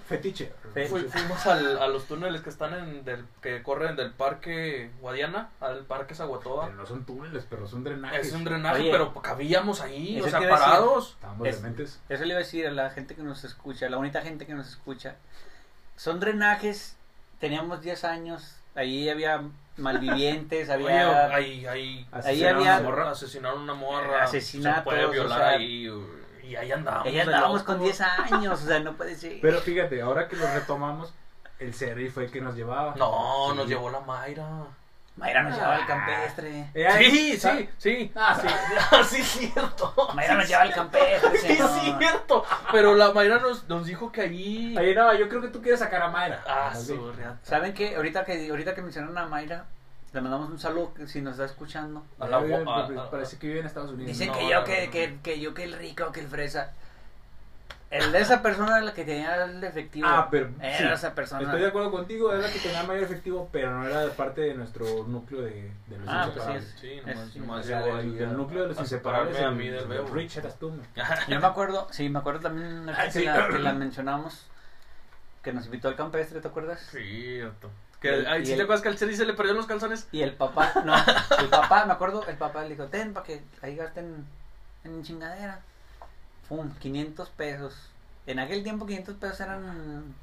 Fetiche.
Fe-
Fu- fuimos al- a los túneles que están en del que corren del parque Guadiana al parque Zaguatoa.
Pero no son túneles, pero son drenajes.
Es un drenaje,
Oye.
pero cabíamos ahí,
Eso
o sea,
te iba a decir.
parados.
Estamos
Es-
dementes.
Eso le iba a decir a la gente que nos escucha, a la bonita gente que nos escucha. Son drenajes, teníamos 10 años, ahí había malvivientes, había
Oye, ahí, ahí
Ahí
Asesinaron
había-
a la morra.
morra, asesinaron una morra.
Asesinatos,
Se puede violar
o sea,
ahí. Y ahí andábamos.
ahí
de
andábamos
locos.
con 10 años, o sea, no puede ser.
Pero fíjate, ahora que lo retomamos, el Serri fue el que nos llevaba.
No,
Sí.
nos llevó la Mayra.
Mayra nos llevaba al
Ah,
campestre.
Eh, ahí-
Sí, sí, sí.
Ah, sí.
Ah, sí, cierto.
Mayra nos llevaba al campestre.
Sí,
señor.
cierto. Pero la Mayra nos, nos dijo que allí.
Ahí no, yo creo que tú quieres sacar a Mayra.
Ah,
Así.
su reata.
¿Saben qué? Ahorita que, ahorita que mencionaron a Mayra, le mandamos un saludo que si nos está escuchando.
A la-
Vive-
a- a-
pues, Parece que vive en Estados Unidos.
Dicen
¿no?
que
No,
yo
no,
que,
no.
que, que yo que el rico, que el fresa. El de esa persona era la que tenía el efectivo.
Ah, pero
Era
sí.
esa persona.
Estoy de acuerdo contigo, es la que tenía mayor efectivo, pero no era de parte de nuestro núcleo de, de los
Ah, pues sí,
inseparables.
Sí,
Es-
nomás,
O
nomás
sea,
llegó
del,
ahí
del
a-
núcleo de los
a
inseparables.
separarme a
el-
mí del
el
bebo.
Rich eras tú. ¿no?
Yo me acuerdo, sí, me acuerdo también una
Ah,
vez
sí.
que, la, que la mencionamos, que nos invitó al campestre, ¿te acuerdas?
Cierto.
Y
Que,
el-
ay,
y
si
el-
te acuerdas que al Cheri se le perdieron los calzones.
Y el papá, no, el papá, me acuerdo, el papá le dijo, ten, para que ahí gasten en chingadera. Fum, 500 pesos. En aquel tiempo 500 pesos eran...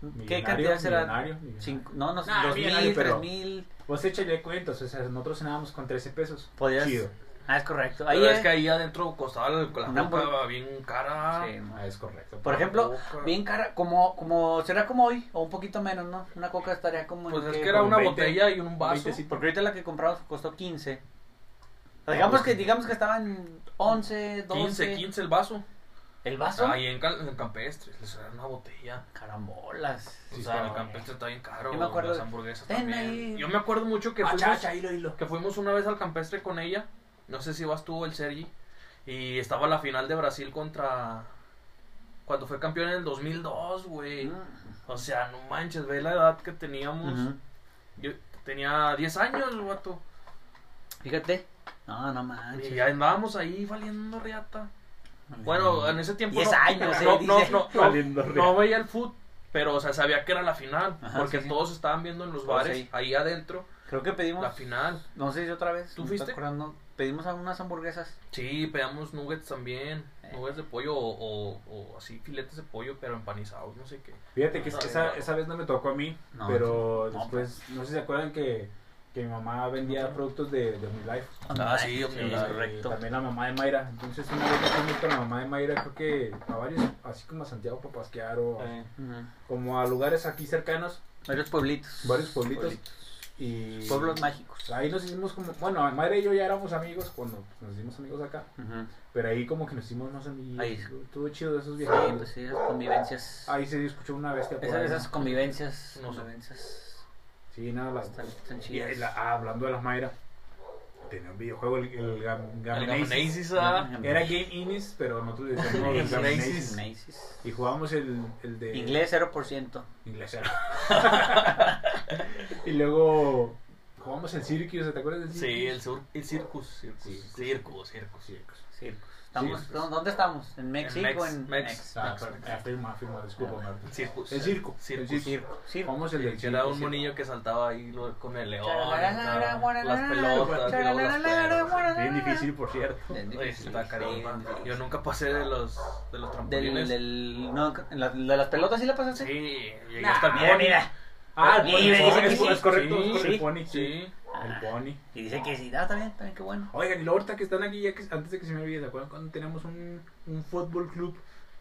¿Qué
Millonario,
cantidad será?
millonario, millonario.
Cinco- no, no,
Nah,
dos
millonario,
mil,
pero-
tres mil.
Vos échale cuentos, o sea, nosotros cenábamos con 13 pesos.
Podías-
Chido.
Ah, es correcto. Ahí
Pero es
eh,
que ahí adentro costaba la,
Una
la coca bien cara.
sí,
Ah, es correcto.
Por ejemplo,
Coca.
bien cara, como, como, será como hoy, o un poquito menos, ¿no? Una coca estaría como... en
Pues es
qué,
que era
como
una
20,
botella y un vaso.
20, sí.
Porque ahorita la que compramos costó 15.
Ah,
Digamos
pues
que,
sí.
digamos que estaban 11, 12.
15, 15 el vaso.
¿El vaso?
Ahí en, cal- en Campestre, les dan una botella.
Carambolas.
Sí,
o sea,
está
el
bien.
Campestre está bien caro.
Yo me acuerdo
Las
de-
hamburguesas
Ten
también.
ahí.
Yo me acuerdo mucho que
Ah,
fuimos,
chacha, hilo, hilo.
que fuimos una vez al Campestre con ella. No sé si vas tú o el Sergi. Y estaba la final de Brasil contra. Cuando fue campeón en el 2002, güey.
Mm.
O sea, no manches, ve la edad que teníamos.
Ujú.
Yo tenía 10 años, guato.
Fíjate. No, no
Y
manches.
andábamos ahí valiendo riata. Bueno, en ese tiempo.
Diez
no,
años,
no,
eh,
no,
dice.
no, no,
Valiendo
no
riata.
veía el fútbol, pero o sea, sabía que era la final.
Ajá,
porque
sí, sí.
todos estaban viendo en los
Todos
bares,
ahí.
ahí adentro,
Creo que pedimos.
la final.
No sé si otra vez.
¿Tú
me
fuiste?
estoy acordando, Pedimos algunas hamburguesas.
Sí, pegamos nuggets también.
Eh.
Nuggets de pollo o, o- o así, filetes de pollo, pero empanizados, no sé qué.
Fíjate que es- esa, esa vez no me tocó a mí,
No,
pero
sí. No,
después, no sé si se acuerdan que, que mi mamá vendía productos de, de Life.
Ah, sí,
Sí,
hombre,
Y
es
la-
correcto.
También la mamá de Mayra. Entonces, una vez que fui con la mamá de Mayra, creo que a varios, así como a Santiago Papasquiaro,
Ujú.
como a lugares aquí cercanos,
Varios pueblitos.
varios pueblitos. Y
Pueblos mágicos.
Ahí nos hicimos como. Bueno, Mayra y yo ya éramos amigos cuando nos hicimos amigos acá.
Ujú.
Pero ahí como que nos hicimos más amigos.
Ahí.
Estuvo chido esos
Sí,
viajes.
pues sí, esas convivencias.
Ahí se escuchó una bestia por
Esas,
ahí,
esas
¿no?
convivencias.
No sé.
convivencias
Sí, nada, las.
están, están
Y
chidas.
ahí la- ah, hablando de las Mayra, tenía un videojuego, el, el Gam-
El
Gameneisis.
Gameneisis, ah.
Era Game Inis, pero nosotros le decíamos
Gameneisis.
Gameneisis.
Macy's.
Y jugábamos el, el de.
Inglés 0%.
Inglés era. y luego jugamos el Circus, ¿te acuerdas del Circus?
Sí, el, sur, el circus, circus,
Sí,
circus, circus.
Circus.
Circos. Estamos,
Sí, pues.
¿Dónde estamos? ¿En México?
Mex-
en
Mex.
Mex.
Ah,
Mex,
perdón,
Mex.
ah, firma, firma, disculpa, Marta.
El circus.
El circo.
Circus.
El circo.
Circo. Circo.
Jugamos el del
Que era
circo,
un
circo.
monillo que saltaba ahí lo- con el león.
Charalarara,
y Las pelotas, y luego las pelotas.
guararara,
Bien difícil, por cierto.
Bien
Oye,
difícil,
está
sí,
caramba.
bien difícil.
Yo nunca pasé de los, de
Del,
los trampolines.
del, no, la- de las pelotas sí la pasaste.
Sí, llegué
Nah,
hasta el
mira,
pony.
mira.
Ah,
Y
el pony.
me dice que
es,
sí.
es correcto, es
Sí,
correcto,
sí.
el pony.
Sí.
El pony.
Y dice que sí, ah, también, también, qué bueno.
Oigan, y luego ahorita que están aquí, ya que, antes de que se me olvide, ¿se acuerdan cuando teníamos un, un fútbol club?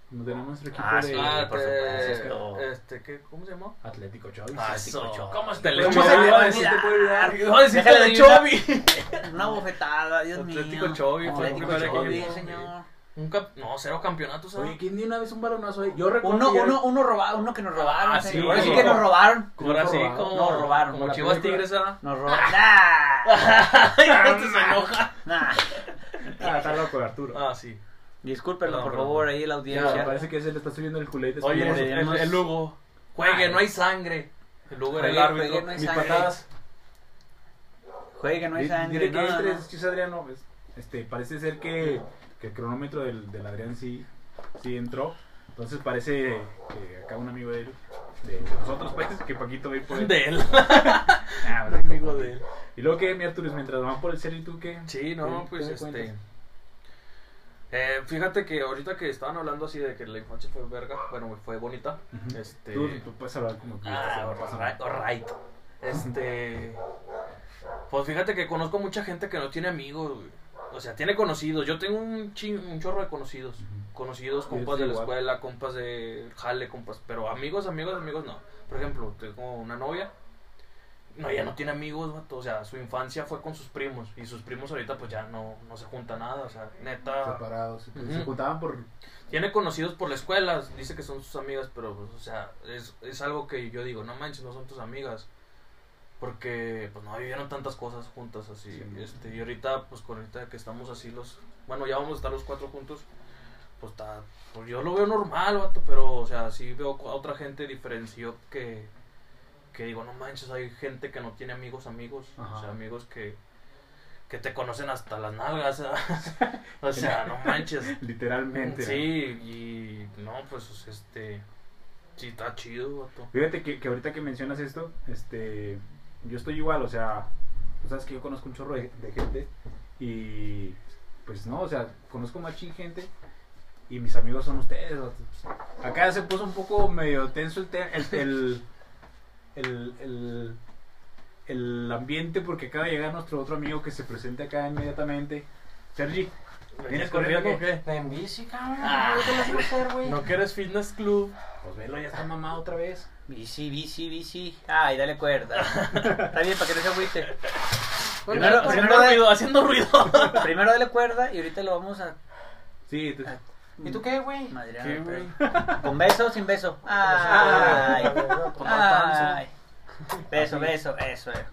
Cuando teníamos nuestro equipo
Ah,
de pues,
sí,
Ah,
por
te-
supuesto.
este, ¿qué, ¿cómo se llamó?
Atlético Chávez.
Ah,
sí,
eso.
cocho.
¿Cómo se le
¿Cómo
echó?
se le va a
olvidar,
decir? Te puede olvidar.
Iba a decir
Déjale
que
de
de Chovi.
Una bofetada, Dios mío.
Atlético Chovy, fue
Atlético
el primer
Chovy,
equipo.
señor.
Un cap- No, cero campeonatos, ¿ah?
Oye,
¿sabes?
¿quién dio una vez un balonazo ahí? Yo recuerdo.
Uno,
que ya-
uno, uno robado, uno que nos robaron.
eh. Ah,
señor.
sí,
Ahora sí
uno
que nos
robado.
robaron.
Ahora sí,
robaron.
como,
No, robaron,
como
la
Chivas
película.
Tigres, ¿ah?
Nos robaron. ¡Nah!
Este se enoja.
Nah.
Ah, está loco de Arturo.
Ah, sí.
Discúlpenlo,
No,
por
no.
favor, ahí la
Ya,
audiencia.
parece que se le está subiendo el culete.
Oye,
Como
el,
diríamos-
el- el Lugo. Juegue,
Ay.
no hay sangre. El Lugo era el
Juegue, juegue,
árbitro.
no hay
mis
sangre.
patadas.
Juegue, no hay
Di-
sangre.
Dile que
No, no,
entres,
no.
Chis Adriano. pues, Este, parece ser que, que el cronómetro del, del Adrián sí, sí entró. Entonces parece que acá un amigo de él, de nosotros, parece que Paquito va a ir por él.
De él.
Ah, pues,
Pues, Amigo de él.
Y luego que mi Arturis, mientras van por el ser y tú qué.
Sí, no,
¿Qué-
pues
qué me
este.
cuentas?
eh, fíjate que ahorita que estaban hablando así de que la infancia fue verga, bueno, fue bonita.
Ujú.
Este.
Tú, tú puedes hablar como que
Ah, alright, alright. Este. Pues fíjate que conozco mucha gente que no tiene amigos, güey. O sea, tiene conocidos. Yo tengo un, chin- un chorro de conocidos.
Ujú.
Conocidos,
Yo
compas
estoy
de la
igual.
escuela, compas de jale, compas. Pero amigos, amigos, amigos no. Por ejemplo, tengo una novia. no, ya no tiene amigos, vato, o sea, su infancia fue con sus primos y sus primos ahorita pues ya no, no se junta nada, o sea, neta,
separados. que
Ujú.
Se juntaban por.
tiene conocidos por la escuela, dice que son sus amigas, pero pues, o sea, es, es algo que yo digo, no manches, no son tus amigas. Porque pues no vivieron tantas cosas juntas así,
Sí.
este, y ahorita pues con ahorita que estamos así los, bueno, ya vamos a estar los cuatro juntos. Pues, está, pues yo lo veo normal, vato, pero o sea, sí veo a otra gente diferenció que que digo, no manches, hay gente que no tiene amigos, amigos, o
Ajá.
sea, amigos que que te conocen hasta las nalgas, ¿verdad? o sea, no manches.
Literalmente. ¿no?
Sí, y no, pues este. Sí, está chido, vato.
Fíjate que, que ahorita que mencionas esto, este, yo estoy igual, o sea, tú sabes que yo conozco un chorro de, de gente y pues no, o sea, conozco machín gente y mis amigos son ustedes. vato. Acá se puso un poco medio tenso el, te- el, el, el, el- el ambiente porque acaba de llegar nuestro otro amigo que se presenta acá inmediatamente. Sergi, ¿vienes corriendo o qué?
En bici, cabrón.
Ah.
¿Qué te vas a hacer, güey?
No que eres fitness club.
Pues velo, ya está mamado otra vez.
Bici, bici, bici. Ay, dale cuerda. Está bien, para que no se agüite.
Primero,
Primero-
pues, haciendo
primero-
ruido, haciendo ruido.
Primero dale cuerda y ahorita lo vamos a...
Sí, tú-
¿Y tú qué, güey?
Madre
¿Qué,
mía,
güey?
pero- ¿Con beso o sin beso? Ay. Ay.
Ay.
Beso, beso, eso. eh.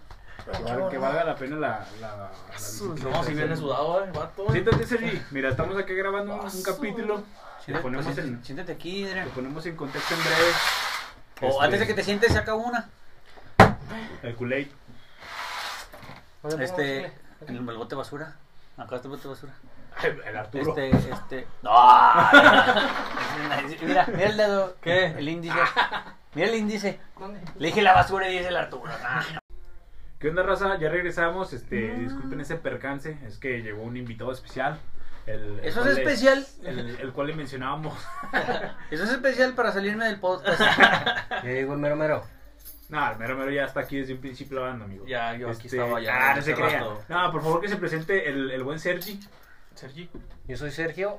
que, valga, que valga la pena la... la, la bicicleta.
No, si viene sudado, eh, vato. eh.
Siéntate, Sergi. Mira, estamos aquí grabando un, un
Paso.
capítulo. Te
Siéntate,
ponemos,
siéntate-
en,
siéntate aquí, Adrián.
te ponemos en contexto en breve.
O
Este,
antes de que te sientes, saca una.
El Kool-Aid.
Este, en el, el bote basura. Acá está el bote basura.
El Arturo.
Este, este. ¡Ah! mira, mira el dedo.
¿Qué?
El índice. Mira el índice.
¿Dónde?
Le dije la basura y dice el Arturo. Ah.
¿Qué onda, raza? Ya regresamos. Este, Disculpen ese percance. Es que llegó un invitado especial. El, el
Eso
cual
es
le-
especial.
El, el cual le mencionábamos.
Eso es especial para salirme del podcast.
Ya llegó el mero mero.
No, el mero mero ya está aquí desde un principio hablando, amigo.
Ya, yo aquí
Este,
estaba ya.
Ah, no se
hace
crean.
rato.
No, por favor que se presente el, el buen Sergi.
Sergi.
Yo soy Sergio.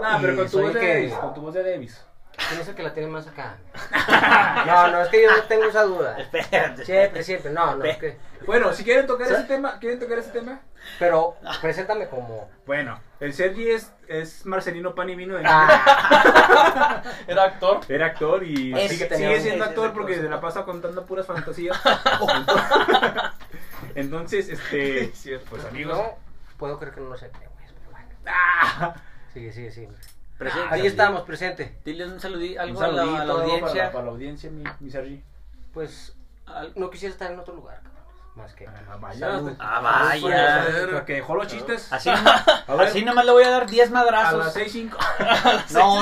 No,
Y
pero con tu
soy
voz de
que-
Davis. Con tu voz de Davis.
¿Quién es el que la tiene más acá? No, no, es que yo no tengo esa duda.
Espérate.
Siempre, siempre. No, no, es que.
Bueno, si quieren tocar
¿Sí?
ese tema, ¿quieren tocar ese tema?
Pero, preséntame como.
Bueno, el Sergi es, es Marcelino Pan y Vino de
Ah,
Era actor.
Era actor y
Es-
sigue,
tenía
sigue
un-
siendo
ese-
actor
ese
porque se
concepto.
la pasa contando puras fantasías. Entonces, este, pues amigos,
no, puedo creer que no lo sé, güey. Pero bueno.
¡ah!
Sigue, sigue, sigue.
Presente.
Ahí estamos, presente.
Dile un saludí, algo
un saludito
a la, a la audiencia.
Para, para la audiencia, mi, mi Sergi.
Pues,
Al-
no quisiera estar en otro lugar, cabrón. Más que.
Ah, vaya.
Salud.
Ah,
Por
vaya.
el- porque dejó los chistes.
Así, nomás- así nomás le voy a dar 10
A
madrazos.
las 6.05
no,
a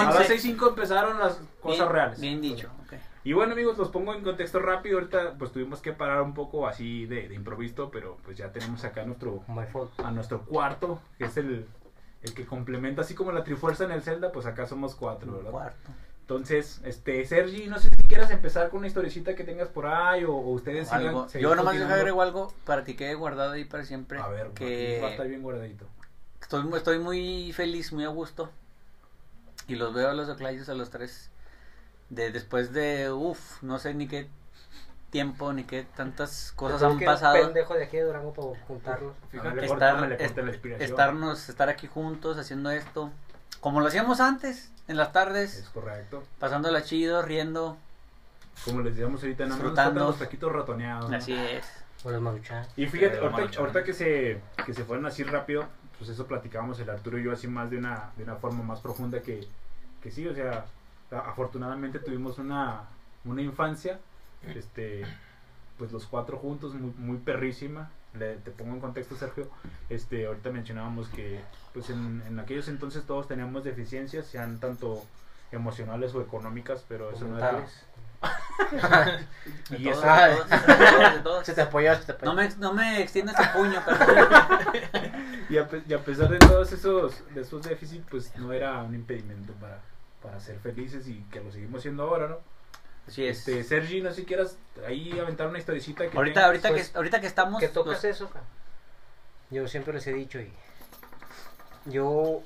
las
11.
6:05 empezaron las cosas
Bien-
reales.
Bien dicho. ok.
Y bueno, amigos, los pongo en contexto rápido. Ahorita, pues tuvimos que parar un poco así de, de improviso, pero pues ya tenemos acá nuestro
My fault.
a nuestro cuarto, que es el, el que complementa, así como la trifuerza en el Zelda, pues acá somos cuatro, ¿verdad?
Cuarto.
Entonces, este, Sergi, no sé si quieras empezar con una historiecita que tengas por ahí o, o ustedes sigan-
Algo.
seguir
Yo nomás les
continuando.
agrego algo para que quede guardado ahí para siempre.
A ver,
que
va a estar bien guardadito.
Estoy, mu- estoy muy feliz, muy a gusto. Y los veo a los Oclayos a los tres. De, después de, uff, no sé ni qué tiempo, ni qué tantas cosas
Tengo
han
que ir a un
pasado.
pendejo de aquí de Durango para juntarnos.
Fíjate,
Estar-
córtale,
est-
córtale la inspiración.
Estarnos, estar aquí juntos haciendo esto. Como lo hacíamos antes, en las
Es
tardes,
correcto.
pasándola chido, riendo.
Como les decíamos ahorita, nada más nos
Disfrutando.
faltan los taquitos ratoneados. ¿no?
Así es.
O los maruchan.
Y fíjate,
Pero
ahorita,
maruchan.
ahorita que, se, que se fueron así rápido, pues eso platicábamos el Arturo y yo así más de una, de una forma más profunda que, que sí, o sea, a- afortunadamente tuvimos una, una infancia, este, pues los cuatro juntos, muy, muy perrísima. Le- te pongo en contexto, Sergio, este, ahorita mencionábamos que pues en, en aquellos entonces todos teníamos deficiencias, sean tanto emocionales o económicas, pero eso no era...
Mentales.
De
Y
todos,
eso,
de todos, de todos, de todos.
Se te apoyó, se te apoyó.
No me, no me extiendas el puño, perdón.
Y a, pe- y a pesar de todos esos, de esos déficits, pues no era un impedimento para, para ser felices y que lo seguimos siendo ahora, ¿no?
Así es.
Este, Sergi, no sé si quieras ahí aventar una historicita que
ahorita,
tengas.
ahorita,
pues,
que, ahorita que estamos.
¿Qué tocas
los-
eso? ca? Yo siempre les he dicho y yo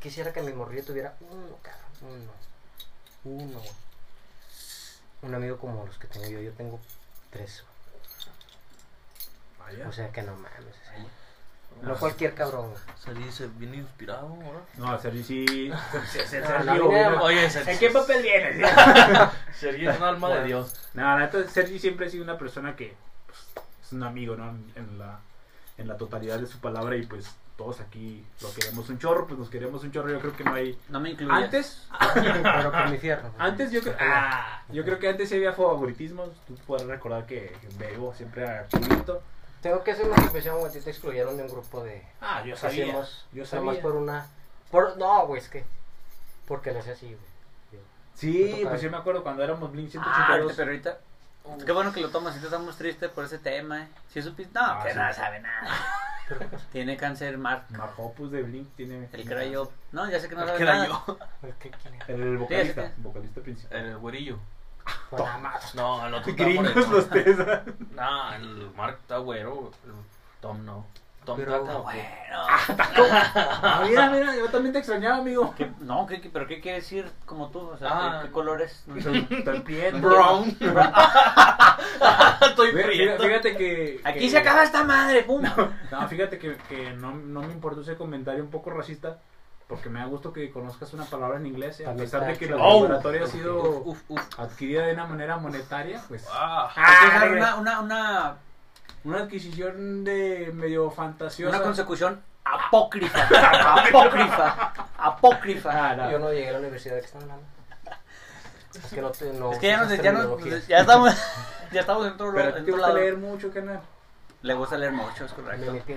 quisiera que mi morrillo tuviera uno, cabrón, uno, uno. güey. Un amigo como los que tengo yo, yo tengo tres. güey.
Vaya.
O sea que no mames. o sea,
Ah.
no cualquier cabrón.
Se dice, bien inspirado ahora.
No, Sergi sí.
Ah,
No,
Sergi
no, mira,
no,
Oye, Sergi.
¿En qué papel vienes?
Sergi es un alma de Dios.
No, la neta, Sergi siempre ha sido una persona que pues, es un amigo, ¿no? En, en la, en la totalidad de su palabra y pues todos aquí lo queremos un chorro, pues nos queremos un chorro. Yo creo que no hay...
No me incluyas.
Antes,
Pero con mi fierro. güey.
antes yo creo... ah, yo creo que antes sí había favoritismos. Tú podrás recordar que Bebo siempre a Cubito.
Tengo que hacer una confesión, güey. a ti Te excluyeron de un grupo de.
Ah, yo
Pues
que
sabía.
hacíamos,
yo
nada más
sabía.
por una. Por, no, güey, es que. Porque le hace así, güey.
Sí,
Total.
pues yo me acuerdo cuando éramos Blink
Ah,
182.
pero ahorita. Qué bueno que lo tomas, ahorita estamos tristes por ese tema, ¿eh? Si supiste. No,
Ah,
que
sí.
no sabe nada. Tiene cáncer, Mark.
Mark Hoppus de Blink tiene...
El crayo. No, ya sé que no
El
sabe
crayo.
nada.
El que quiere.
El vocalista,
Sí, sí.
vocalista principal.
El güerillo.
Bueno,
Ah, No, el otro está
Gringos
moreno.
los tres. ¿ah?
No, el Mark está güero. el Tom no. Tom
Pero-
trata.
Bueno.
Ah, mira, mira, yo también te extrañaba, amigo.
¿Qué- No, ¿qué, qué- pero ¿qué quiere decir como tú? O sea,
Ah.
¿qué, qué colores? No sé.
También.
Brown. Estoy
Fíjate,
prieto.
fíjate que.
Aquí
que-
se acaba esta madre, pum.
No, fíjate que, que no, no me importó ese comentario un poco racista. Porque me da gusto que conozcas una palabra en inglés. eh, A
También
pesar de
está
que la
chido.
laboratoria ha
Oh.
sido
Uf, uf.
adquirida de una manera monetaria, pues.
Ah,
Hay que
Ah,
usar
güey.
una, una, una,
Una adquisición de medio
una
fantasiosa.
consecución apócrifa. apócrifa. Apócrifa.
Ah, no.
Yo no llegué a la universidad de que están hablando. Es que no te. No,
Es que ya, nos,
esas
ya, nos-
terminologías.
ya estamos, ya estamos en otro,
Pero a
lo-
ti
en
te
otro
gusta
lado.
leer mucho, ¿qué no?
Le gusta leer mucho, es
Me
correcto.
metí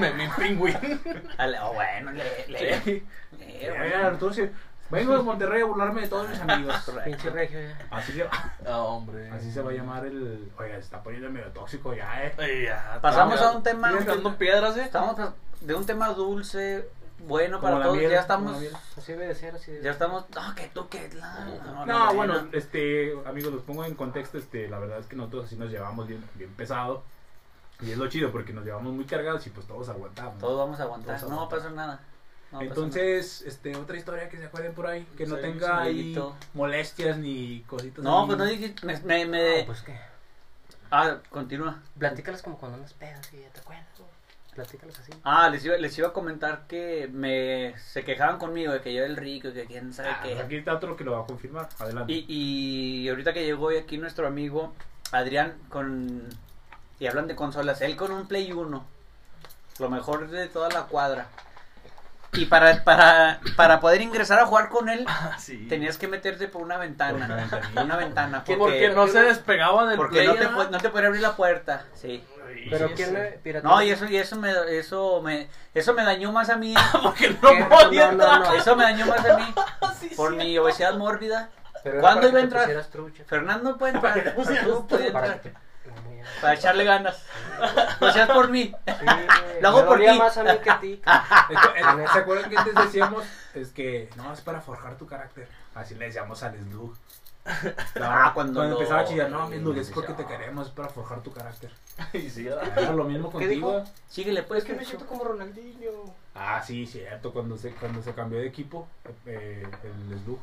me vi pingüín.
Ale- oh, bueno, le, le,
Sí.
le-
Mira, Eh, Arturo, sí. Vengo de Monterrey a burlarme de todos mis amigos.
Pinche regio ya.
Así se,
Ah, hombre.
así se va a llamar el. Oiga, se está poniendo medio tóxico ya, eh.
Ay, ya,
Pasamos
ya.
a un tema.
Ya Estando piedras, eh.
Estamos a- de un tema dulce, bueno
Como
para
la
todos.
miel,
ya
como la
estamos,
miel.
Así debe de ser, así debe
ya
de
estamos. No, que tú, que la.
No,
Ah, no,
bueno,
no.
este, amigos, los pongo en contexto, este, la verdad es que nosotros así nos llevamos bien, bien pesado. Y es lo chido porque nos llevamos muy cargados y pues todos aguantamos.
Todos vamos a aguantar,
Todos
no va a
aguantan.
pasar nada. No va a pasar
Entonces, este, otra historia que se acuerden por ahí, que no
Sí,
tenga ahí
sonidito.
molestias ni cositas.
nada. No,
ahí.
pues no dije. Me, me- me-
No, pues qué.
Ah, continúa.
Platícalas como cuando andas pedo, sí, ya te acuerdas, güey. Platícalas así.
Ah, les iba, les iba a comentar que me se quejaban conmigo de que yo era el rico, que quién sabe
Ah, pues
qué.
aquí está otro que lo va a confirmar. Adelante.
Y, y ahorita que llegó hoy aquí nuestro amigo Adrián con... Y hablan de consolas, él con un Play 1. Lo mejor de toda la cuadra. Y para, para, para poder ingresar a jugar con él,
Ah, sí.
tenías que meterte por una
Por una
ventana.
ventanilla.
Por una ventana. Porque,
Porque no se despegaba del
porque no, te,
player.
po- no te podía abrir la puerta. Sí.
Ay,
Pero
sí,
quién
sí.
le pirató?
No, y eso, y eso me, eso me, eso me dañó más a mí.
Porque
¿Qué?
no podía
No, no,
entrar.
no.
Eso me dañó más a mí.
Sí,
Por
sí.
mi obesidad mórbida.
Pero era
¿Cuándo
para
iba a
que te
entrar?
pusieras trucha.
Fernando puede entrar. Arturo puede
Para
entrar.
que te- No, ya.
Para echarle ganas. No seas por mí.
Sí, güey.
Lo hago
Me
por
dolía
ti.
más a mí que a ti.
Es que, eh, ¿Se acuerdan que antes decíamos? Es que no, es para forjar tu carácter. Así le decíamos al Slug.
Ah, cuando lo-
empezaba a chillar, no, mi Slug, es
Sí,
porque te
ya.
queremos, es para forjar tu carácter.
Y sí, era-
Era lo mismo
¿Qué
contigo.
dijo?
Síguele, pues.
Es que me siento como Ronaldinho.
Ah, sí, cierto, cuando se, cuando se cambió de equipo, eh, el Slug,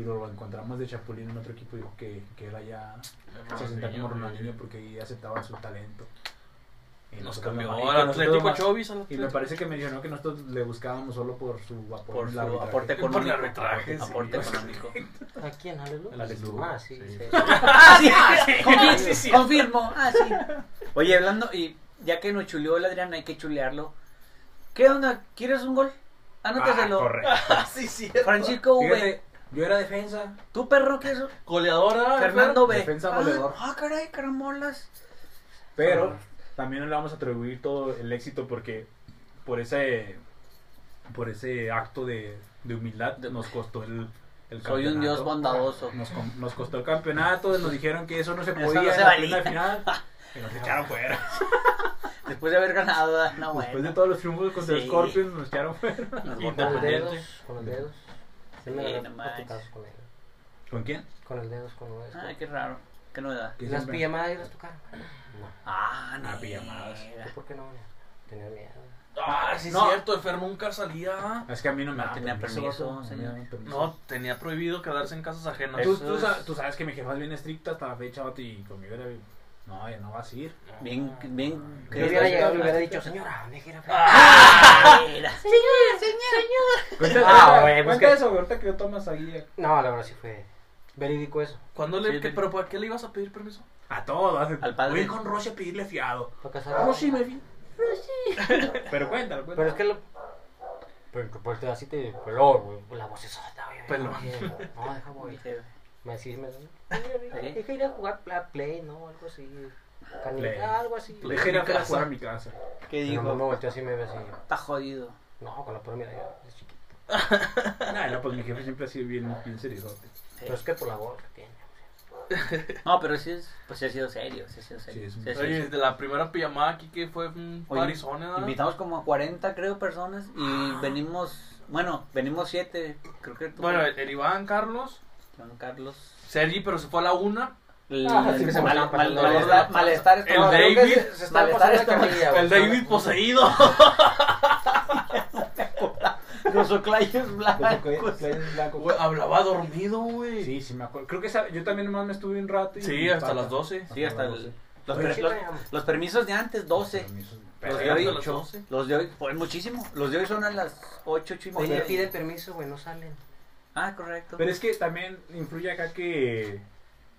y lo encontramos de Chapulín en otro equipo, dijo que, que era ya,
Ah,
se sentía como Ronaldinho pues, porque ahí aceptaban su talento. Y
Nos
nosotros
cambió
nomás- y
al
nosotros
Atlético
nomás-
Chovis. al
Y me
Atlético.
parece que mencionó que nosotros le buscábamos solo por su aporte,
Por
en
su
el arbitraje.
aporte
Por el
económico.
arbitraje, sí.
Aporte económico.
¿A quién? ¿A Lelu?
Al Aleluya.
Ah, sí,
Sí.
sí.
Ah, sí, confirmo, confirmo. Ah, sí. Oye, hablando, y ya que nos chuleó el Adrián, hay que chulearlo. ¿Qué onda? ¿Quieres un gol?
Ah,
Anótaselo.
correcto.
Ah, sí, sí.
Francisco V.
Fíjate, yo era defensa.
¿Tú, perro, quieres un-
Goleadora.
Fernando B.
defensa
Ah,
goleador.
Ah, caray, caramolas.
Pero
Ajá.
también no le vamos a atribuir todo el éxito porque por ese por ese acto de, de humildad
De-
nos costó el, el
Soy un dios bondadoso.
Nos, com- nos costó el campeonato, nos dijeron que eso no se
Eso
podía
no se
en la
valía.
primera final. Y nos echaron fuera.
Después de haber ganado, ah, no,
Después de
bueno.
todos los triunfos contra
Sí.
el Scorpion, nos echaron fuera.
Nos
Y
Con los
botaron.
Independiente.
dedos. Con los dedos. Sí, me
Sí,
agarré
no
a
manches.
putazos con él.
¿Con quién?
Con los dedos, con los
Ay,
dedos.
qué raro. Qué novedad.
Que
Las
siempre-
pijamadas y las tocaron. No.
Ah,
Ah,
nega.
pijamadas.
¿Tú ¿Por qué no? Tenía miedo.
Ah, sí,
No.
cierto. Enfermo nunca salía.
Es que a mí no me
No
da
Ah, tenía permiso,
vato,
señor.
me da permiso.
No, tenía prohibido quedarse en casas ajenas.
Tú,
Eso
tú sa-
es-
tú sabes que mi jefa es bien estricta hasta la fecha, vato, y conmigo era bien- No, ya no vas a ir.
Bien,
Ah,
bien.
Yo hubiera llegado y hubiera dicho, señora, me quiero
Ah.
Cuéntale,
Ah, güey,
cuenta
pues que-
eso, güey, ahorita que lo tomas ahí. eh.
No, la verdad sí fue verídico eso.
¿Cuándo le,
Sí,
qué-
sí.
¿Pero para qué le ibas a pedir permiso?
A todo, hace-
Al padre.
Voy a ir con Rosy a pedirle fiado.
Fue casado.
No, sí, me vi.
Pero cuéntalo,
Pero
cuéntalo.
es que lo... Pero que por así te... Pelón, güey. La voz es alta, güey.
Pelón.
No, deja voy. Me decís, me... Deja ir a jugar pla- Play, ¿no? Algo así.
Play.
Canita, algo así.
Play.
Deja ir a
Mi casa.
jugar a mi casa.
¿Qué
No, no, me
dijo?
volteó así me ve así.
Está jodido.
No, con la pura mirada. es chiquito.
Nah, no, pues mi jefe siempre ha sido bien, bien serizote.
Pero es que por la voz que tiene.
No, pero sí es, pues sí ha sido serio, sí ha sido serio.
Sí, es
sí ha sido
Oye,
serio.
desde la primera pijamada aquí que fue un
Oye,
Arizona, ¿verdad?
invitamos como a 40, creo, personas y venimos, bueno, venimos 7, creo que tú.
Bueno, el, el Iván, Carlos,
Juan Carlos.
Sergi, pero se fue a la una.
El,
Ah, sí que se
mal-
me escapa,
mal-
no,
malestar,
no,
malestar es
el
todo.
David,
Creo que se- se está
malestar
pasando
es
esta
todo.
manilla, güey.
El David poseído.
Los oclayos blancos. ah,
Güey, hablaba dormido, güey.
Sí, sí me acuerdo. Creo que esa- yo también nomás me estuve un rato. y-
Sí, hasta las 12.
Sí, hasta el- los,
Oye,
per-
sí,
los-
vaya.
los permisos de antes, 12.
Pero
Los
ya
de hoy,
no-
hasta las 12.
Los de hoy, pues muchísimo. Los de hoy son a las 8, 8 y
Oye,
media.
piden permiso, güey, no salen.
Ah, correcto.
Pero es que también influye acá que,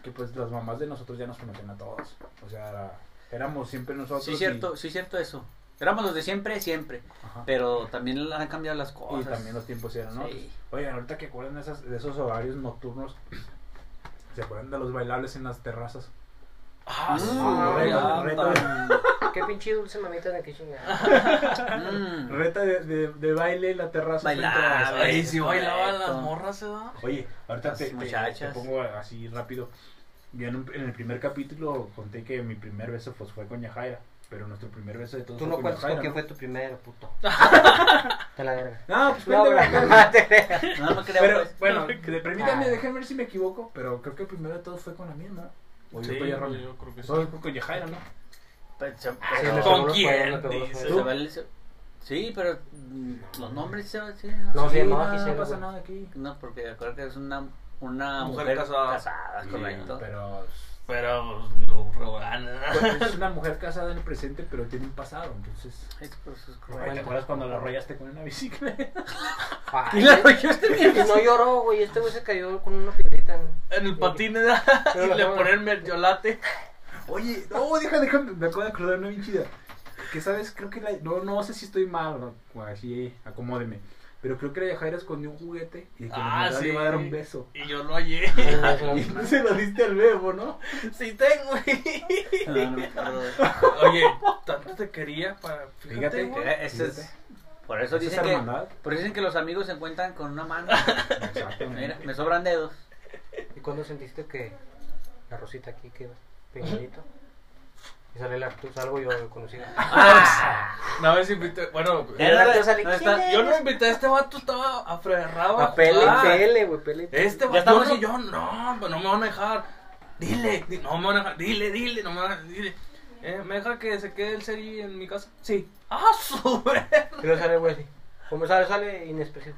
que pues las mamás de nosotros ya nos conocen a todos. O sea, era- éramos siempre nosotros.
Sí,
y-
cierto, sí, cierto eso. Éramos los de siempre, siempre.
ajá,
Pero también han cambiado las
y
cosas.
también los tiempos eran, ¿no?
Sí.
Oigan, ahorita que acuerdan de, esas, de esos horarios nocturnos, ¿se acuerdan de los bailables en las terrazas?
Ah, sí,
Mm.
güey,
Ah,
anda.
Qué pinche dulce mamita de que chingada.
Mm.
Reta de, de- de baile en la terraza.
Bailar,
frente a las-
bailar.
Ay, sí bailaban
Correcto.
las morras, ¿verdad?
Oye, ahorita
Las
te, te- te
muchachas.
pongo así rápido. Yo en, un- en el primer capítulo conté que mi primer beso pues, fue con Yajaira, pero nuestro primer beso de todos
Tú
fue
no
con
cuentas con
Yajaira,
quién
¿no?
fue tu primero, puto. Te la verga.
No, pues cuéntame,
No, güey,
cuéntame.
no te creas.
No, no creo.
Pero
pues.
bueno, que- permítame,
Ah.
déjenme ver si me equivoco, pero creo que el primero de todos fue con la misma. O
pues,
yo estoy erróneo.
yo creo que sí.
Solo fue con Yajaira, ¿no?
Pues, se-
Sí,
pero-
me
¿Con
pegó los
quién?
cuernos, me pegó los
Dice.
se
cuernos.
va el- se- sí, pero mm, los nombres se sí,
No, se llamaba
no,
Gisela,
no pasa
güey.
nada aquí.
No, porque acuérdate que es una, una
Mujer
mujer,
casada.
casada. correcto.
Pero
Pero pues, lo roban.
pues, es una mujer casada en el presente, pero tiene un pasado, entonces...
Es- pues, es
Ay, ¿Te
correcto.
acuerdas cuando la rayaste con una bicicleta?
Y
Ay,
la rayaste bien.
Y no lloró, güey. Este güey se cayó con una piedrita.
En el patín ¿verdad?
Pero
y
la
le
cámara-
ponen mercholate.
Oye, no, deja, deja, me acabo de acordar una bien chida. Que sabes, creo que la. No, no sé si estoy mal, o- o así, acomódeme. Pero creo que la Yajaira escondió un juguete y que
Ah,
la verdad
sí.
le iba a dar un beso.
Y yo lo hallé.
Y se lo diste al bebo, ¿no?
Sí tengo.
No, no me acuerdo.
Oye, tanto te quería para.
Fíjate,
Fíjate, güey.
Eh, ese es- por eso
¿Esa es
dicen que,
hermandad?
por eso dicen que los amigos se encuentran con una mano. Mira,
Exactamente.
me sobran dedos.
¿Y cuándo sentiste que la rosita aquí quedó pegadito? Y sale el Arturo, salgo yo güey, conocido.
Una vez invité. Bueno,
Ah, Ya no la-
salí-
no
está-
yo no invité a este vato, estaba aferrado. a
Papel y
jugar.
tele, güey, pele y tele.
Este
Ya
vato,
estamos
yo, no,
en-
yo no, pues no me van a dejar. Dile, di- no me van a dejar, dile, dile, no me van a dile. Eh, ¿Me deja que se quede el Seri en mi casa? Sí. ¡Ah, su ver-
Y luego sale el güey así. Como sale, sale inexpresivo.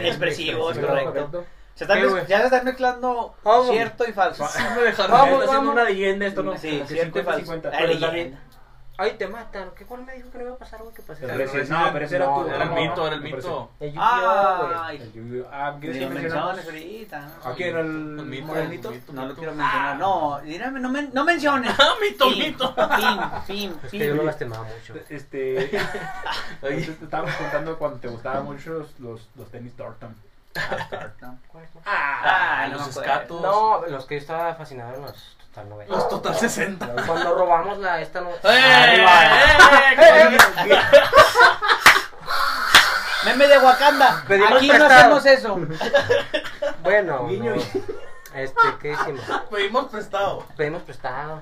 Expresivo, es
¿Verdad?
correcto. Se están
Sí,
mez-
güey.
ya se están mezclando
Vamos.
cierto y falso.
Me dejaron.
Vamos,
Está haciendo
vamos.
una leyenda esto, ¿no?
Sí,
Como que
cierto
50,
y falso.
50.
La
Pero
leyenda.
también-
Ay, te matan. ¿Qué cuál me dijo que no iba a pasar, güey? ¿Qué pasó?
El recién- No, pero ese era
No,
tú.
Era el
no,
mito,
no.
era el mito.
El Yu-Gi-Oh, güey.
Ay,
Ah,
ni
¿quieres que
lo
mencionamos?
menciones ahorita.
Ah,
¿A quién? ¿Al
El mito,
al
el
mito?
mito.
No lo quiero mencionar. No, dígame, no, men- no menciones.
¡Ah, mito,
Fin,
mito!
Fin, fin,
Es
fin.
que yo lo lastimaba mucho.
Este.
Oye.
Entonces te estábamos contando cuando te gustaban mucho los- los, los tenis Tortam.
¿Cuál es?
Ah,
Ah,
no
los
me acuerdo.
escatos.
No, los que yo estaba fascinado eran los Total 90.
Los total 60.
Cuando robamos la esta no...
¡Eh! ¡Eh!
Meme de Wakanda.
Pedimos
Aquí no
prestado.
hacemos eso.
Bueno,
Niño.
no. este, ¿qué hicimos?
Pedimos prestado.
Pedimos prestado.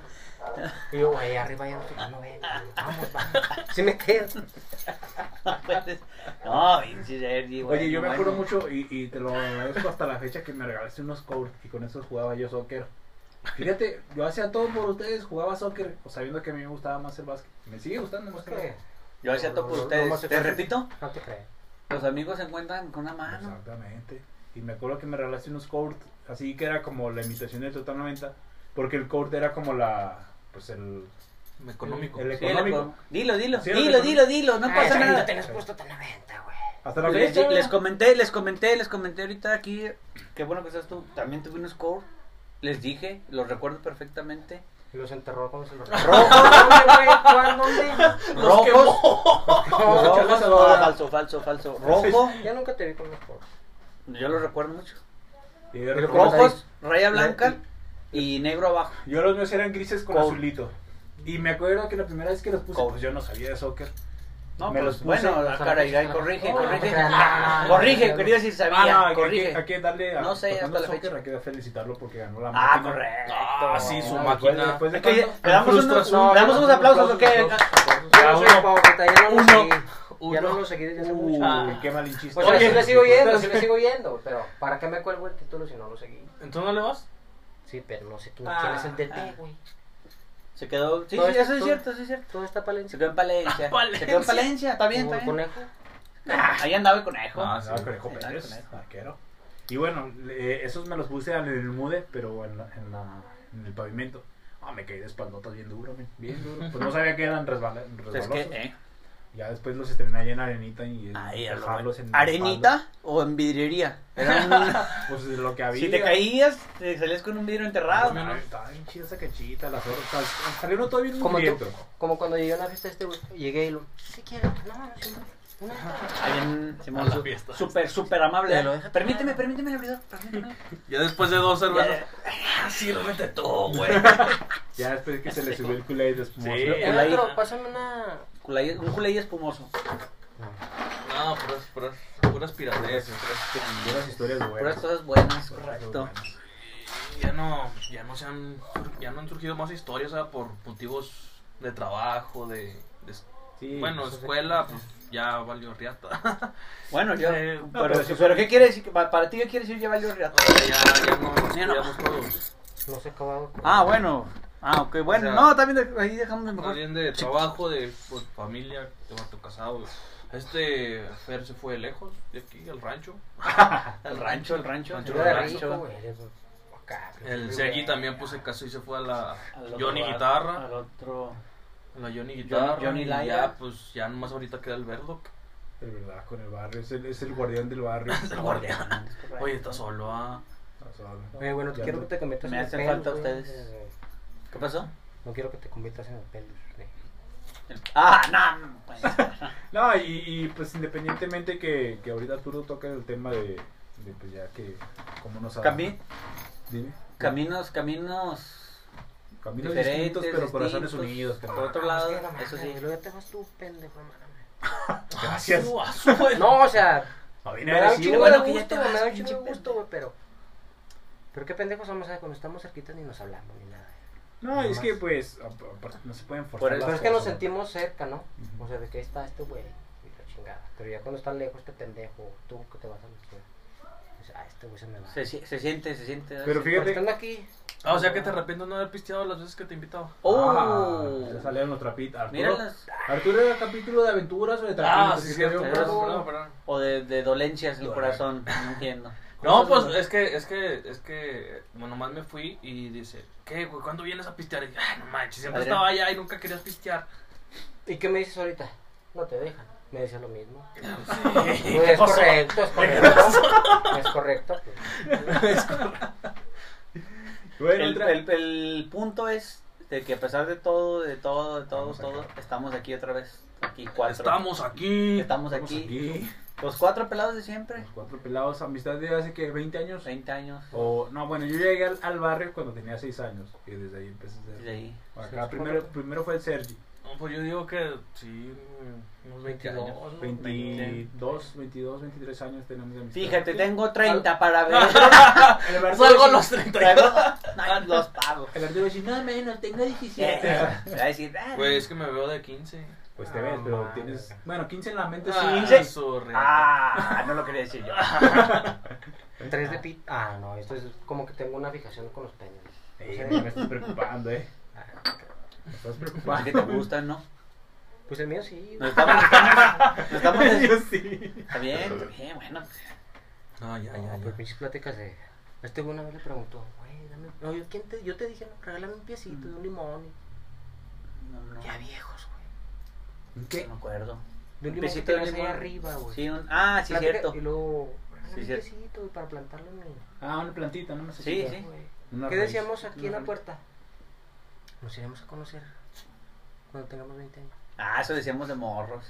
Y yo, güey, arriba ya no sé no ven. Vamos, vamos. Si me quedo.
No, pinche Sergi,
Oye, yo me
bueno,
acuerdo
bueno.
mucho y, y te lo agradezco hasta la fecha que me regalaste unos court y con esos jugaba yo soccer. Fíjate, yo hacía todo por ustedes, jugaba soccer, o sabiendo que a mí me gustaba más el básquet. Me sigue gustando más que el básquet.
Yo hacía todo por
No, no,
ustedes.
no se
Te
fue.
repito,
No te crees.
los amigos se encuentran con una mano.
Exactamente. Y me acuerdo que me regalaste unos court, así que era como la imitación del Total 90. Porque el corte era como la. Pues el.
Económico.
El
Sí, le puedo-
económico.
Dilo, dilo,
Sí,
dilo,
le-
dilo, dilo, no
Ah,
pasa nada.
te lo has puesto tan a venta, güey.
Hasta la
Les,
fecha.
les comenté, les comenté, les comenté ahorita aquí. Qué bueno que estás tú. También tuve un score. Les dije, los recuerdo perfectamente.
Los enterró como se los
Rojos.
¿Dónde,
Los
Rojos.
güey?
Rojos.
¿Cuándo?
no, falso, falso, falso. Rojo.
Ya nunca te vi con los coros.
Yo lo recuerdo mucho.
Y de
Pero
repente-
Rojos, raya blanca y negro abajo.
Yo los míos eran grises con
Cobre.
azulito. Y me acuerdo que la primera vez que los puse,
Cobre.
pues yo no sabía de soccer.
No,
Me
pues,
los puse,
bueno,
los
caray,
amarillos,
ay, corrige,
no,
corrige.
no, no, no,
corrige,
no,
quería decir sabía,
Ah, no, hay, que-
corrige.
hay que darle a
No sé,
tocando
hasta la
soccer,
fecha.
hay que felicitarlo porque ganó la
Ah,
máquina.
correcto.
Ah, sí, su
Ah,
máquina.
Después, después de
Es que
tanto-
le damos unos,
Frustración.
le damos unos aplausos, ¿o qué?
Yo no soy hipócrita, ya no lo
Uno.
seguí. Ya no lo seguí desde hace
Uy,
mucho.
Ah.
qué Ah, malinchista.
Pues
O sea, sí le sigo yendo,
Uh.
sí
Entonces-
le sigo yendo. Pero, ¿para qué me cuelgo el título si no lo seguí?
¿Entonces no le vas?
Sí, pero no sé quién,
Ah,
quién es el
ah.
DT, güey.
Se quedó. Sí,
Todo
sí,
este
eso
esto-
es
todo-
cierto, sí es cierto.
¿Dónde está
Se
Palencia?
quedó en Palencia.
Ah, Palencia.
Se quedó en Palencia, está bien,
¿Como
está
el
bien.
conejo?
Ahí andaba el conejo.
Ah,
Ah, sí, Conejo
sí,
Pérez,
claro, Conejo.
arquero. Y bueno, le- esos me los puse en el mude, pero en, la- en la- en el pavimento. Ah, me caí de espaldotas bien duro, men, bien duro. Pues no sabía que eran resbala-
Es
resbalosos.
que, eh,
Ya después los estrené allá en Arenita y en
ahí era lo
dejarlos
bueno.
en la
¿Arenita o en vidriería? Era un-
espalda, Pues lo que había.
si te caías, te salías con un vidrio enterrado.
Ah, Estaba bien chida esa cachita, las orcas. Salieron todo bien
Como tú.
mugriento.
Como cuando llegué a una fiesta este, güey. Llegué y lo... ¿Qué quieres? No, no, sí, no. Una.
Ahí en Simón,
A la
su-
fiesta.
Súper, súper amable.
Te lo
¿eh?
deja-
Permíteme, permíteme el abridor. Permíteme.
Ya después de dos cervezas. Ah, Sí, realmente todo, güey.
Ya después que se le subió el culé y después.
Sí.
El
Ahí.
otro, pásame una...
Culay- un culay espumoso.
No, puras, puras, puras piraterías.
Buenas historias
Puras
buenas.
cosas buenas, correcto.
Ya no, ya no se han, ya no han surgido más historias, o sea, por motivos de trabajo, de, de es-
Sí,
bueno,
pues,
escuela, pues ya valió riata.
Bueno, yo.
Eh,
pero,
no,
pero sí-
pero ¿qué quiere decir? Pa- Para ti, ¿qué quiere decir llevarle un
O sea, ya, ya no nos
Mira nomás.
cuidamos todos.
No se ha acabado.
Ah, bueno. Ah, ok, bueno.
O sea,
no, también de- ahí dejamos el
Más
mejor.
bien de trabajo, de pues, familia, de vato casado. Este Fer se fue de lejos, de aquí, al rancho.
El rancho, el rancho.
Rancho,
Yo
el
era
rancho.
rico, güey. eres un- acá,
El
güey.
Sergi también pues se casó y se fue a la
Al otro
Johnny
bar-
Guitarra.
Al otro.
a La Johnny Guitarra.
Johnny
y
Laya.
ya pues ya nomás ahorita queda el Verdo.
De verdad, con el barrio. Es el, es el guardián del barrio.
El guardián. Oye, está solo, ah.
O sea,
Oye, bueno,
ya
quiero
no-
que Eh, te cometas
Me
en el
hacen
pelo,
falta
güey.
ustedes. ¿Qué pasó?
No quiero que te conviertas en el pelo. güey.
Ah, no. pues.
No, y, y, pues independientemente que, que ahorita Arturo toque el tema de, de pues ya que como nos ha-
Cami-
Dime.
Caminos, caminos.
Caminos
diferentes,
distintos, pero corazones
distintos.
unidos.
Por
carnal.
otro
Ah,
lado,
es que no
eso
mames,
sí.
Luego te vas tú, pendejo, no mames.
Gracias.
Su- a Ah, su-
No, o sea,
No, viene
Ah, me da un
agresivo.
chingo de
bueno, que ya
gusto,
te
güey, me
vas,
da un chingo
pinche
de gusto, güey, pero... Pero qué pendejos somos, ¿sabes? Cuando estamos cerquitas ni nos hablamos ni nada.
No, es que pues a- a- no se pueden forzar.
Por eso
las
Pero es que nos
cosas.
sentimos cerca, ¿no?
Ujú.
O sea, de que ahí está este güey y la chingada. Pero ya cuando está lejos este pendejo, tú que te vas a meter. Dices, ah, este güey se me va.
Se, si- se siente, se siente.
Pero
se-
fíjate-
Pero estando aquí,
Ah, o sea que te arrepiento de no haber pisteado las veces que te invitaba.
¡Oh!
Ah, ya salieron los trapitos. Arturo,
Míralas.
Arturo era capítulo de aventuras o de trapitos.
Ah, sí,
¿sí
sí,
que
cierto.
yo- pues,
perdón,
perdón,
perdón.
perdón.
O de, de dolencias del
Dole-
corazón. No entiendo.
No, pues es que, es que, es que, bueno, más me fui y dice, ¿qué, güey? ¿Cuándo vienes a pistear? Y dije, ay, no manches, siempre
Adrián.
estaba allá y nunca querías pistear.
¿y qué me dices ahorita? No te dejan. Me decía lo mismo.
Sí.
es Pues, correcto, es correcto. es correcto. pues.
Bueno,
El,
otra-
el- el punto es de que a pesar de todo, de todo, de todo,
Estamos
todo,
acá.
estamos aquí otra vez. Aquí cuatro.
Estamos aquí.
Estamos
estamos
aquí.
aquí.
Los cuatro pelados de siempre.
Los cuatro pelados, amistad de hace que 20 años.
20 años.
O, no, bueno, yo llegué al, al barrio cuando tenía 6 años. Y desde ahí empecé a
desde
hacer.
ahí.
Acá, primero, primero fue el Sergi.
No, pues yo digo que, sí, unos 20 años.
22, 22, 23 años tenemos de amistad.
Fíjate, tengo 30 para ver.
El Arturo
Salgo Pues, a
dice-
los 32.
Ay, los pagos.
El Arturo dice, no menos, tengo 17.
Va a decir, ah,
Güey, es que me veo de 15.
Pues te ves,
Ah,
pero
madre.
tienes... Bueno, 15 en la mente sí.
Ah,
sí.
su reata.
ah, no lo quería decir yo.
Tres de pit. Ah, no, esto es como que tengo una fijación con los peños.
Ey, me estás preocupando, eh. Me estás
Pues
preocupando.
que te gustan, ¿no?
Pues el mío sí.
Nos estamos, estamos, nos estamos
Yo sí.
Está bien, está bien, bueno. pues,
No, ya,
No,
Ah,
pues,
ya,
pero
ya.
pinches pláticas de Este güey una vez le preguntó, güey, dame. No, yo, ¿quién te, yo te dije, no, regálame un piecito de un limón.
No, no,
Ya viejos, güey.
no me acuerdo.
De
Un
un limón que
piecito
te
de
nace ahí
limón.
arriba, güey.
Sí, un- ah, sí,
Platica-
cierto.
Y luego, regálame un
cierto.
piecito, güey, para plantarlo en mi.
Ah, una plantita, no me sé
Sí,
si-
sí.
güey.
Una
¿Qué
raíz.
decíamos aquí en la
Una
puerta? Nos iremos a conocer cuando tengamos 20 años.
Ah, eso decíamos de morros.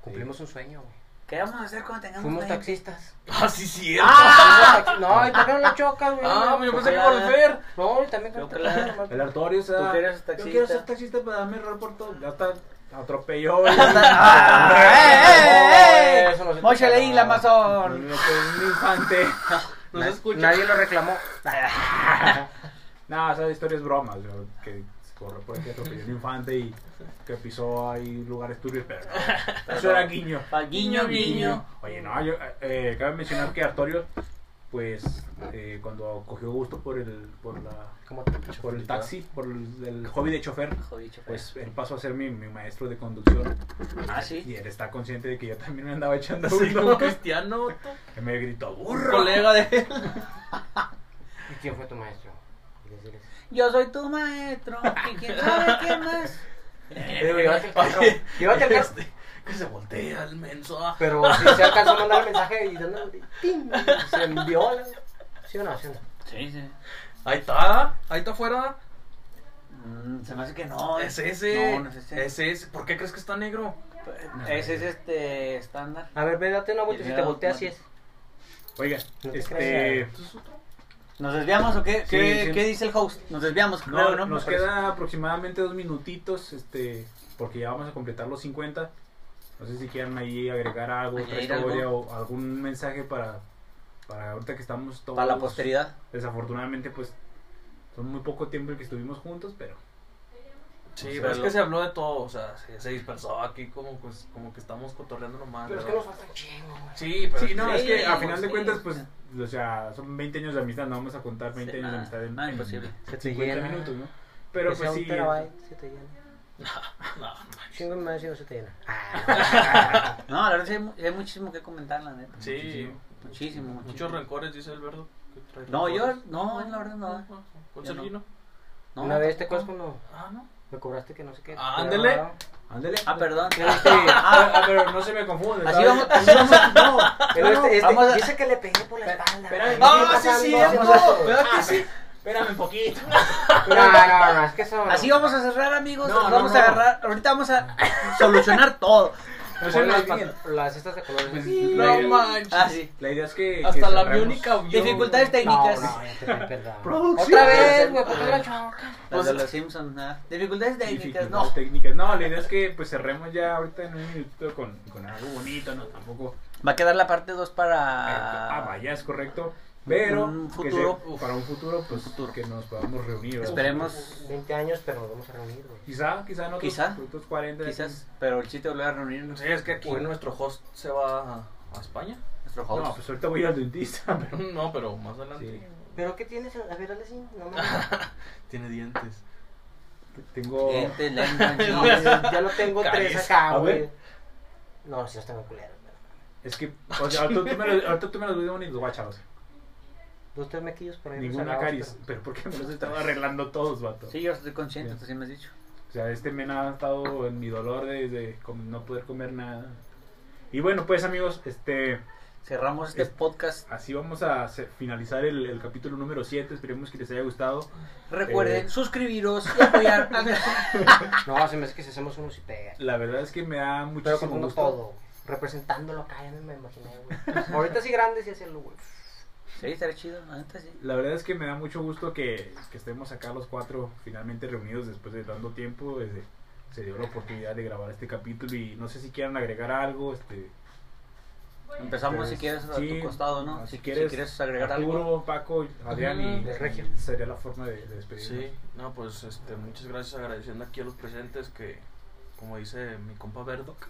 Cumplimos un sueño, güey.
¿Qué vamos a hacer cuando tengamos
Fuimos
20?
taxistas.
Ah, sí, cierto.
¡Ah! No, y también la choca, güey.
Ah,
No,
yo pensé que por el Fer.
No, y también con
Yo claro.
nomás.
El Artorio, o sea,
Tú que eres
Yo
taxista.
quiero ser taxista para darme rol por todo. Ya está, atropelló. güey.
¡Ah! ¡Eh, eh,
Eso no
eh!
se
¡Móchale
toca,
ahí,
no.
la Amazon!
Me metí en Un infante.
Nos escucha.
Nadie lo reclamó.
No, esa historia es broma. o sea, que corre por aquí atropelló un infante y que pisó ahí lugares turbios. Pero no, eso era guiño.
Pa- Guiño, guiño.
Oye, no, yo, eh, cabe mencionar que Artorio, pues, eh, cuando cogió gusto por el, por la,
Como te
por el taxi, por el, el hobby de chofer,
Joder, chofer.
pues él pasó a ser mi, mi maestro de conducción.
Ah, sí.
Y él está consciente de que yo también me andaba echando
Sí,
uno.
un cristiano, otro.
Que me gritó,
un
burro.
colega de él.
¿Y quién fue tu maestro? Y decirles,
Yo soy tu maestro. ¿Y quién sabe qué más? Eh,
Llévate el carro.
Oye,
Llévate el carro.
este, Que se voltea el menso. ah.
Pero si se alcanzó a mandar el mensaje y dándole, ¡ting! se envió. la- ¿Sí o no? ¿Sí o no?
Sí, sí.
Ahí está, ahí está afuera.
Mm, se me hace que no.
Es ese.
No, no es ese. Pues,
Ese es. ¿Por qué crees que está negro?
Ese es este estándar.
A ver, ve, date una vuelta. Si te volteas, así es.
Oiga,
No te
este.
creas.
¿Nos desviamos o qué?
Sí,
¿Qué,
sí.
qué dice el host? Nos desviamos,
No,
creo, ¿no?
nos
Me parece.
queda aproximadamente dos minutitos, este, porque ya vamos a completar los 50. No sé si quieran ahí agregar algo, otra
Añadir algo.
historia o algún mensaje para, para ahorita que estamos todos.
Para la posteridad.
Desafortunadamente, pues, son muy poco tiempo el que estuvimos juntos, pero
Sí,
O sea,
pero es
lo-
que se habló de todo. O sea, se, se dispersó aquí como, pues, como que estamos cotorreando nomás.
Pero es que
¿verdad?
nos falta un chingo, güey.
Sí, pero.
Sí, no, es que a
sí,
final de
sí,
cuentas,
o
pues, o sea, son 20 años de amistad, no vamos a contar 20
Sí,
años de
nada,
amistad en,
nada,
en
imposible.
Se te
50
llena.
minutos, ¿no? Pero
Que sea
pues
un
sí,
terabyte, se te llena.
No,
Chingo mi madre si no se te llena. Ah,
No, la verdad sí hay, mu- hay muchísimo que comentar, la neta.
sí,
Muchísimo.
Muchísimo, muchísimo.
muchos rencores, dice el verdo. que trae
No, yo,
rencores.
no, la verdad no.
¿Con
Yo no.
Sergino?
no
una vez te
tampoco.
acuerdas cuando
Ah, no.
me cobraste que no sé qué.
Ah, ándele.
ándale.
Ah, perdón.
Ah, ah, pero no se me confunde.
Así vamos-
así vamos. No,
Pero
no, no.
este, este,
vamos a-
dice que le pegué por la espalda.
espérame,
güey.
Ah,
¿Qué
sí,
pasa?
sí,
No,
vamos
no,
a-
no.
¿verdad que
sí?
Espérame un poquito.
No, no, no, es que eso. no.
Así vamos a cerrar, amigos.
No, no,
vamos
no.
a agarrar. Ahorita vamos a solucionar todo.
No se
Pon
me
las,
olviden.
pa- las estas de colores.
No manches.
Ah, sí.
La idea es que.
Hasta
que
la
cerremos.
biónica vio.
Dificultades
No,
técnicas.
no, ya te pedí perdón.
Producción.
Otra vez, güey, ¿por qué la choca?
Las de los Simpsons, nada. ah, Dificultades técnicas,
Dificultades
no.
técnicas. No, la idea es que pues cerremos ya ahorita en un minutito con, con algo bonito, no tampoco.
Va a quedar la parte 2
Ah,
para.
vaya, es correcto. Pero
Un
que
futuro.
se- para un futuro, pues
Futuro.
que nos podamos reunir. ¿verdad?
Esperemos,
20 años, pero nos vamos a reunir, güey.
Quizá, quizá no.
Quizá.
Otros 40.
quizás, pero el chiste volver a reunirnos.
Sí, es que aquí nuestro host se va a, a España.
Nuestro host.
No, pues ahorita voy al dentista. Pero...
No, pero más adelante.
¿Pero qué tienes? A ver, dale así. No mames.
Tiene dientes.
Tengo.
Dientes, lengua,
No,
chistes.
ya no tengo tres
Cállese.
acá,
A
güey.
ver.
No, si los tengo culeros. güey.
Es que. O sea, ahorita tú me los, ahorita tú me los ves bonitos, guáchalos.
Dos, tres mequillos por ahí.
Ninguna
rezagados,
caries.
pero-
Pero porque me los estaba arreglando todos, vato.
Sí, yo estoy consciente, tú sí me has dicho.
O sea, este men ha estado en mi dolor de, de com- no poder comer nada. Y bueno, pues amigos, este
Cerramos este
Es- eh,
podcast.
así vamos a se- finalizar el, el capítulo número 7. Esperemos que les haya gustado.
Recuerden
Eh.
suscribiros y apoyar.
No, se me hace que si hacemos unos y pega.
La verdad es que me da
Pero
muchísimo
con uno
gusto.
todo. Representándolo acá, ya me, me imaginé, güey. Ahorita sí grande sí hacerlo, güey.
sí, estaría chido, la neta sí.
La verdad es que me da mucho gusto que, que estemos acá los cuatro finalmente reunidos después de tanto tiempo. Desde- se dio la oportunidad de grabar este capítulo y no sé si quieran agregar algo. Este,
Empezamos
Pues,
si quieres a
sí,
tu costado, ¿no?
si
Si,
quieres,
si quieres agregar algo.
Arturo, Paco, Adrián y,
Ujú. El regio.
y sería la forma de, de despedirnos.
Sí, no, pues este, muchas gracias agradeciendo aquí a los presentes que, como dice mi compa Verdoc,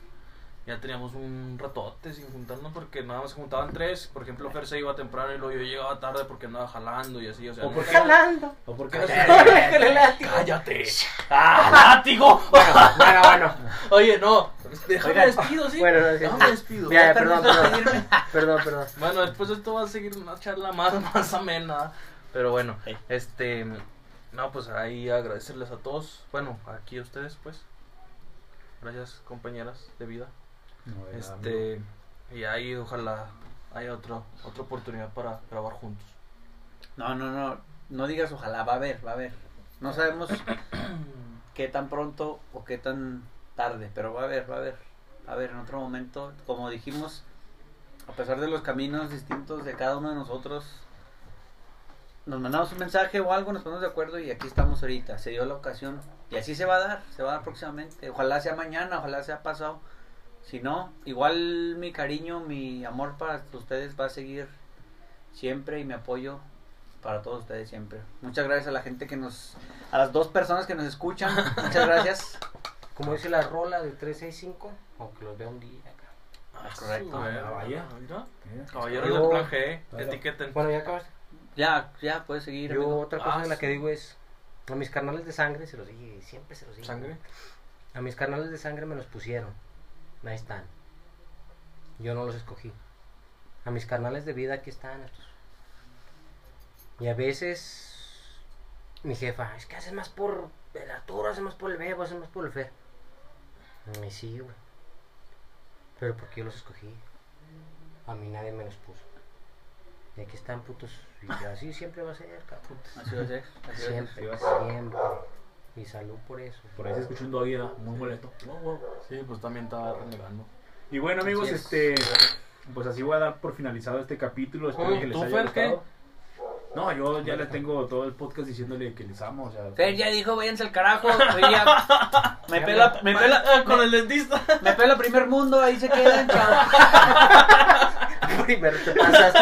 ya teníamos un ratote sin juntarnos porque nada más se juntaban tres. Por ejemplo, Fer se iba temprano y luego yo llegaba tarde porque andaba jalando y así, o sea.
O
no-
porque-
Jalando.
¿O por qué no
Este.
se-
Con el látigo.
¡Cállate! ¡Ah, látigo!
Bueno, bueno, bueno.
Oye, no, Déjame
Oigan,
despido, sí.
bueno, ah, no, sí.
Déjame despido.
Ya, ya,
Permiso
perdón, perdón.
despedirme.
Perdón, perdón.
Bueno, después de esto va a seguir una charla más, más amena. Pero bueno,
Sí.
este. No, pues ahí agradecerles a todos. Bueno, aquí a ustedes, pues. Gracias, compañeras de vida.
No, de nada, amigo.
Este. Y ahí ojalá haya otra otra oportunidad para grabar juntos.
No, no, no. No digas ojalá, va a haber, va a haber. No sabemos qué tan pronto o qué tan tarde, pero va a haber, va a haber. Va a haber en otro momento, como dijimos, a pesar de los caminos distintos de cada uno de nosotros, nos mandamos un mensaje o algo, nos ponemos de acuerdo y aquí estamos ahorita. Se dio la ocasión y así se va a dar, se va a dar próximamente. Ojalá sea mañana, ojalá sea pasado. Si no, igual mi cariño, mi amor para ustedes va a seguir siempre y mi apoyo para todos ustedes siempre. Muchas gracias a la gente que nos, a las dos personas que nos escuchan, muchas gracias.
Como dice la rola del 365, o que los vea un día. acá.
Ah,
correcto.
su-
Ah, vaya.
Mira,
Mira.
Caballero
Yo-
del plan G, ¿eh?
Claro.
etiqueten.
Bueno, ya acabaste.
Ya, ya puedes seguir.
Yo
amigo.
otra cosa
Ah,
de la
sí.
que digo es, a mis carnales de sangre se los dije, siempre se los dije.
¿Sangre?
A mis carnales de sangre me los pusieron. Ahí están. Yo no los escogí. A mis carnales de vida aquí están estos. Y a veces mi jefa, es que haces más por el Arturo, haces más por el Bebo, haces más por el Fer. Y sí, güey. Pero porque yo los escogí. A mí nadie me los puso. Y aquí están putos. Y así siempre va a ser, cabrón.
Así va a ser, así va a ser.
sí va
Siempre,
a ser.
siempre. Y salud por eso.
Por ahí se escucha un doggy, ¿verdad? muy molesto.
Sí, pues también está renegando.
Y bueno, amigos,
Así es.
este pues así voy a dar por finalizado este capítulo. Espero
Oye,
que les
¿tú,
haya
Fer,
gustado. No, yo ya le tengo todo el podcast diciéndole que les amo. O sea,
Fer ya dijo, váyanse al carajo. Fer ya- me pela, me pela,
Ah, con
me-
el dentista.
me pela primer mundo, ahí se quedan, chao.
Primero te pasas.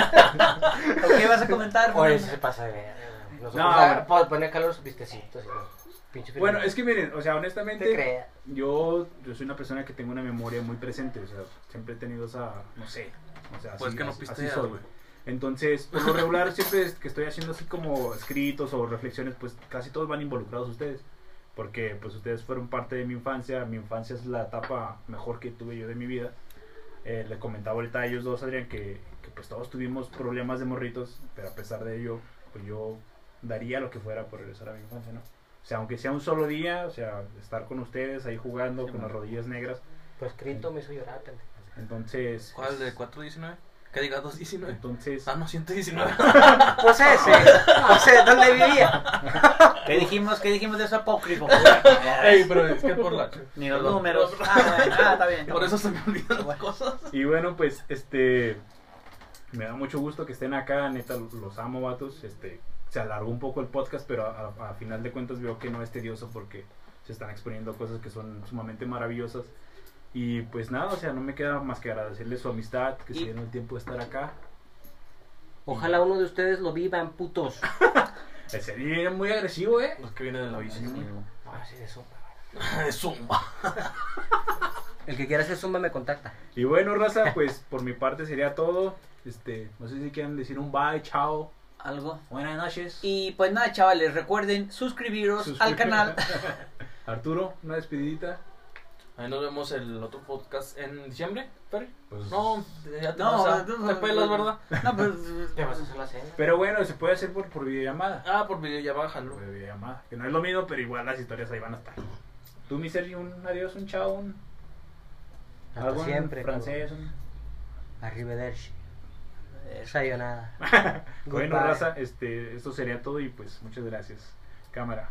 ¿O ¿Qué vas a comentar?
Por
Fernando?
eso se pasa de ver. Nosotros
No,
ah, po- pone acá los vistecitos. y no. Pinche
Bueno,
Fernando.
es que miren, o sea,
No te
honestamente,
creas.
yo, yo soy una persona que tengo una memoria muy presente. O sea, siempre he tenido esa, no sé, o sea,
Pues
así,
que no
así- así
pisteas,
soy.
güey.
Entonces, por lo regular, siempre es que estoy haciendo así como escritos o reflexiones, pues casi todos van involucrados ustedes. Porque pues ustedes fueron parte de mi infancia, mi infancia es la etapa mejor que tuve yo de mi vida. Eh, le comentaba ahorita a ellos dos, Adrián, que, que, pues todos tuvimos problemas de morritos, pero a pesar de ello, pues yo daría lo que fuera por regresar a mi infancia, ¿no? O sea, aunque sea un solo día, o sea, estar con ustedes ahí jugando con las rodillas negras.
Tu escrito me hizo llorar, pendejo.
Entonces... pues,
¿Cuál de 419? ¿Qué diga 219?
Entonces...
Ah, no, 119.
Pues ese. Pues ese, ¿dónde vivía?
¿Qué dijimos? ¿Qué dijimos de eso apócrifo?
Ey, pero es que por la.
Ni los números. Ah, bueno, ah, está bien.
Por eso se me olvidan las cosas.
Y bueno, pues, este. Me da mucho gusto que estén acá, neta, los- los amo, vatos. Este, se alargó un poco el podcast, pero a, a- a final de cuentas veo que no es tedioso porque se están exponiendo cosas que son sumamente maravillosas. Y pues nada, o sea, no me queda más que agradecerles su amistad, que se
Y-
dieron el tiempo de estar acá.
Ojalá uno de ustedes lo vivan, putos.
Ese día era muy agresivo, ¿eh?
Los que vienen de la bici.
Ah, sí, de zumba.
De zumba.
El que quiera hacer zumba me contacta.
Y bueno, raza, pues por mi parte sería todo. Este, no sé si quieren decir un bye, chao,
Algo.
buenas noches.
Y pues nada, chavales, recuerden suscribiros al
Suscríbete.
canal.
Arturo, una despedidita.
Ahí nos vemos el otro podcast en diciembre, Perry.
Pues-
No, ya te vas a- te pelas, ¿verdad?
No, pues.
Te vas a hacer la cena.
Pero bueno, se puede hacer por, por videollamada.
Ah, por videollamada, jalo.
Por videollamada. Que no es lo mismo, pero igual las historias ahí van a estar. Tú, mi Sergio, un adiós, un chao, un.
Hasta
algo en
siempre.
francés. un-
cabrón. Arrivederci. Sayonara.
Bueno,
Goodbye.
raza, este, esto sería todo y pues muchas gracias. Cámara.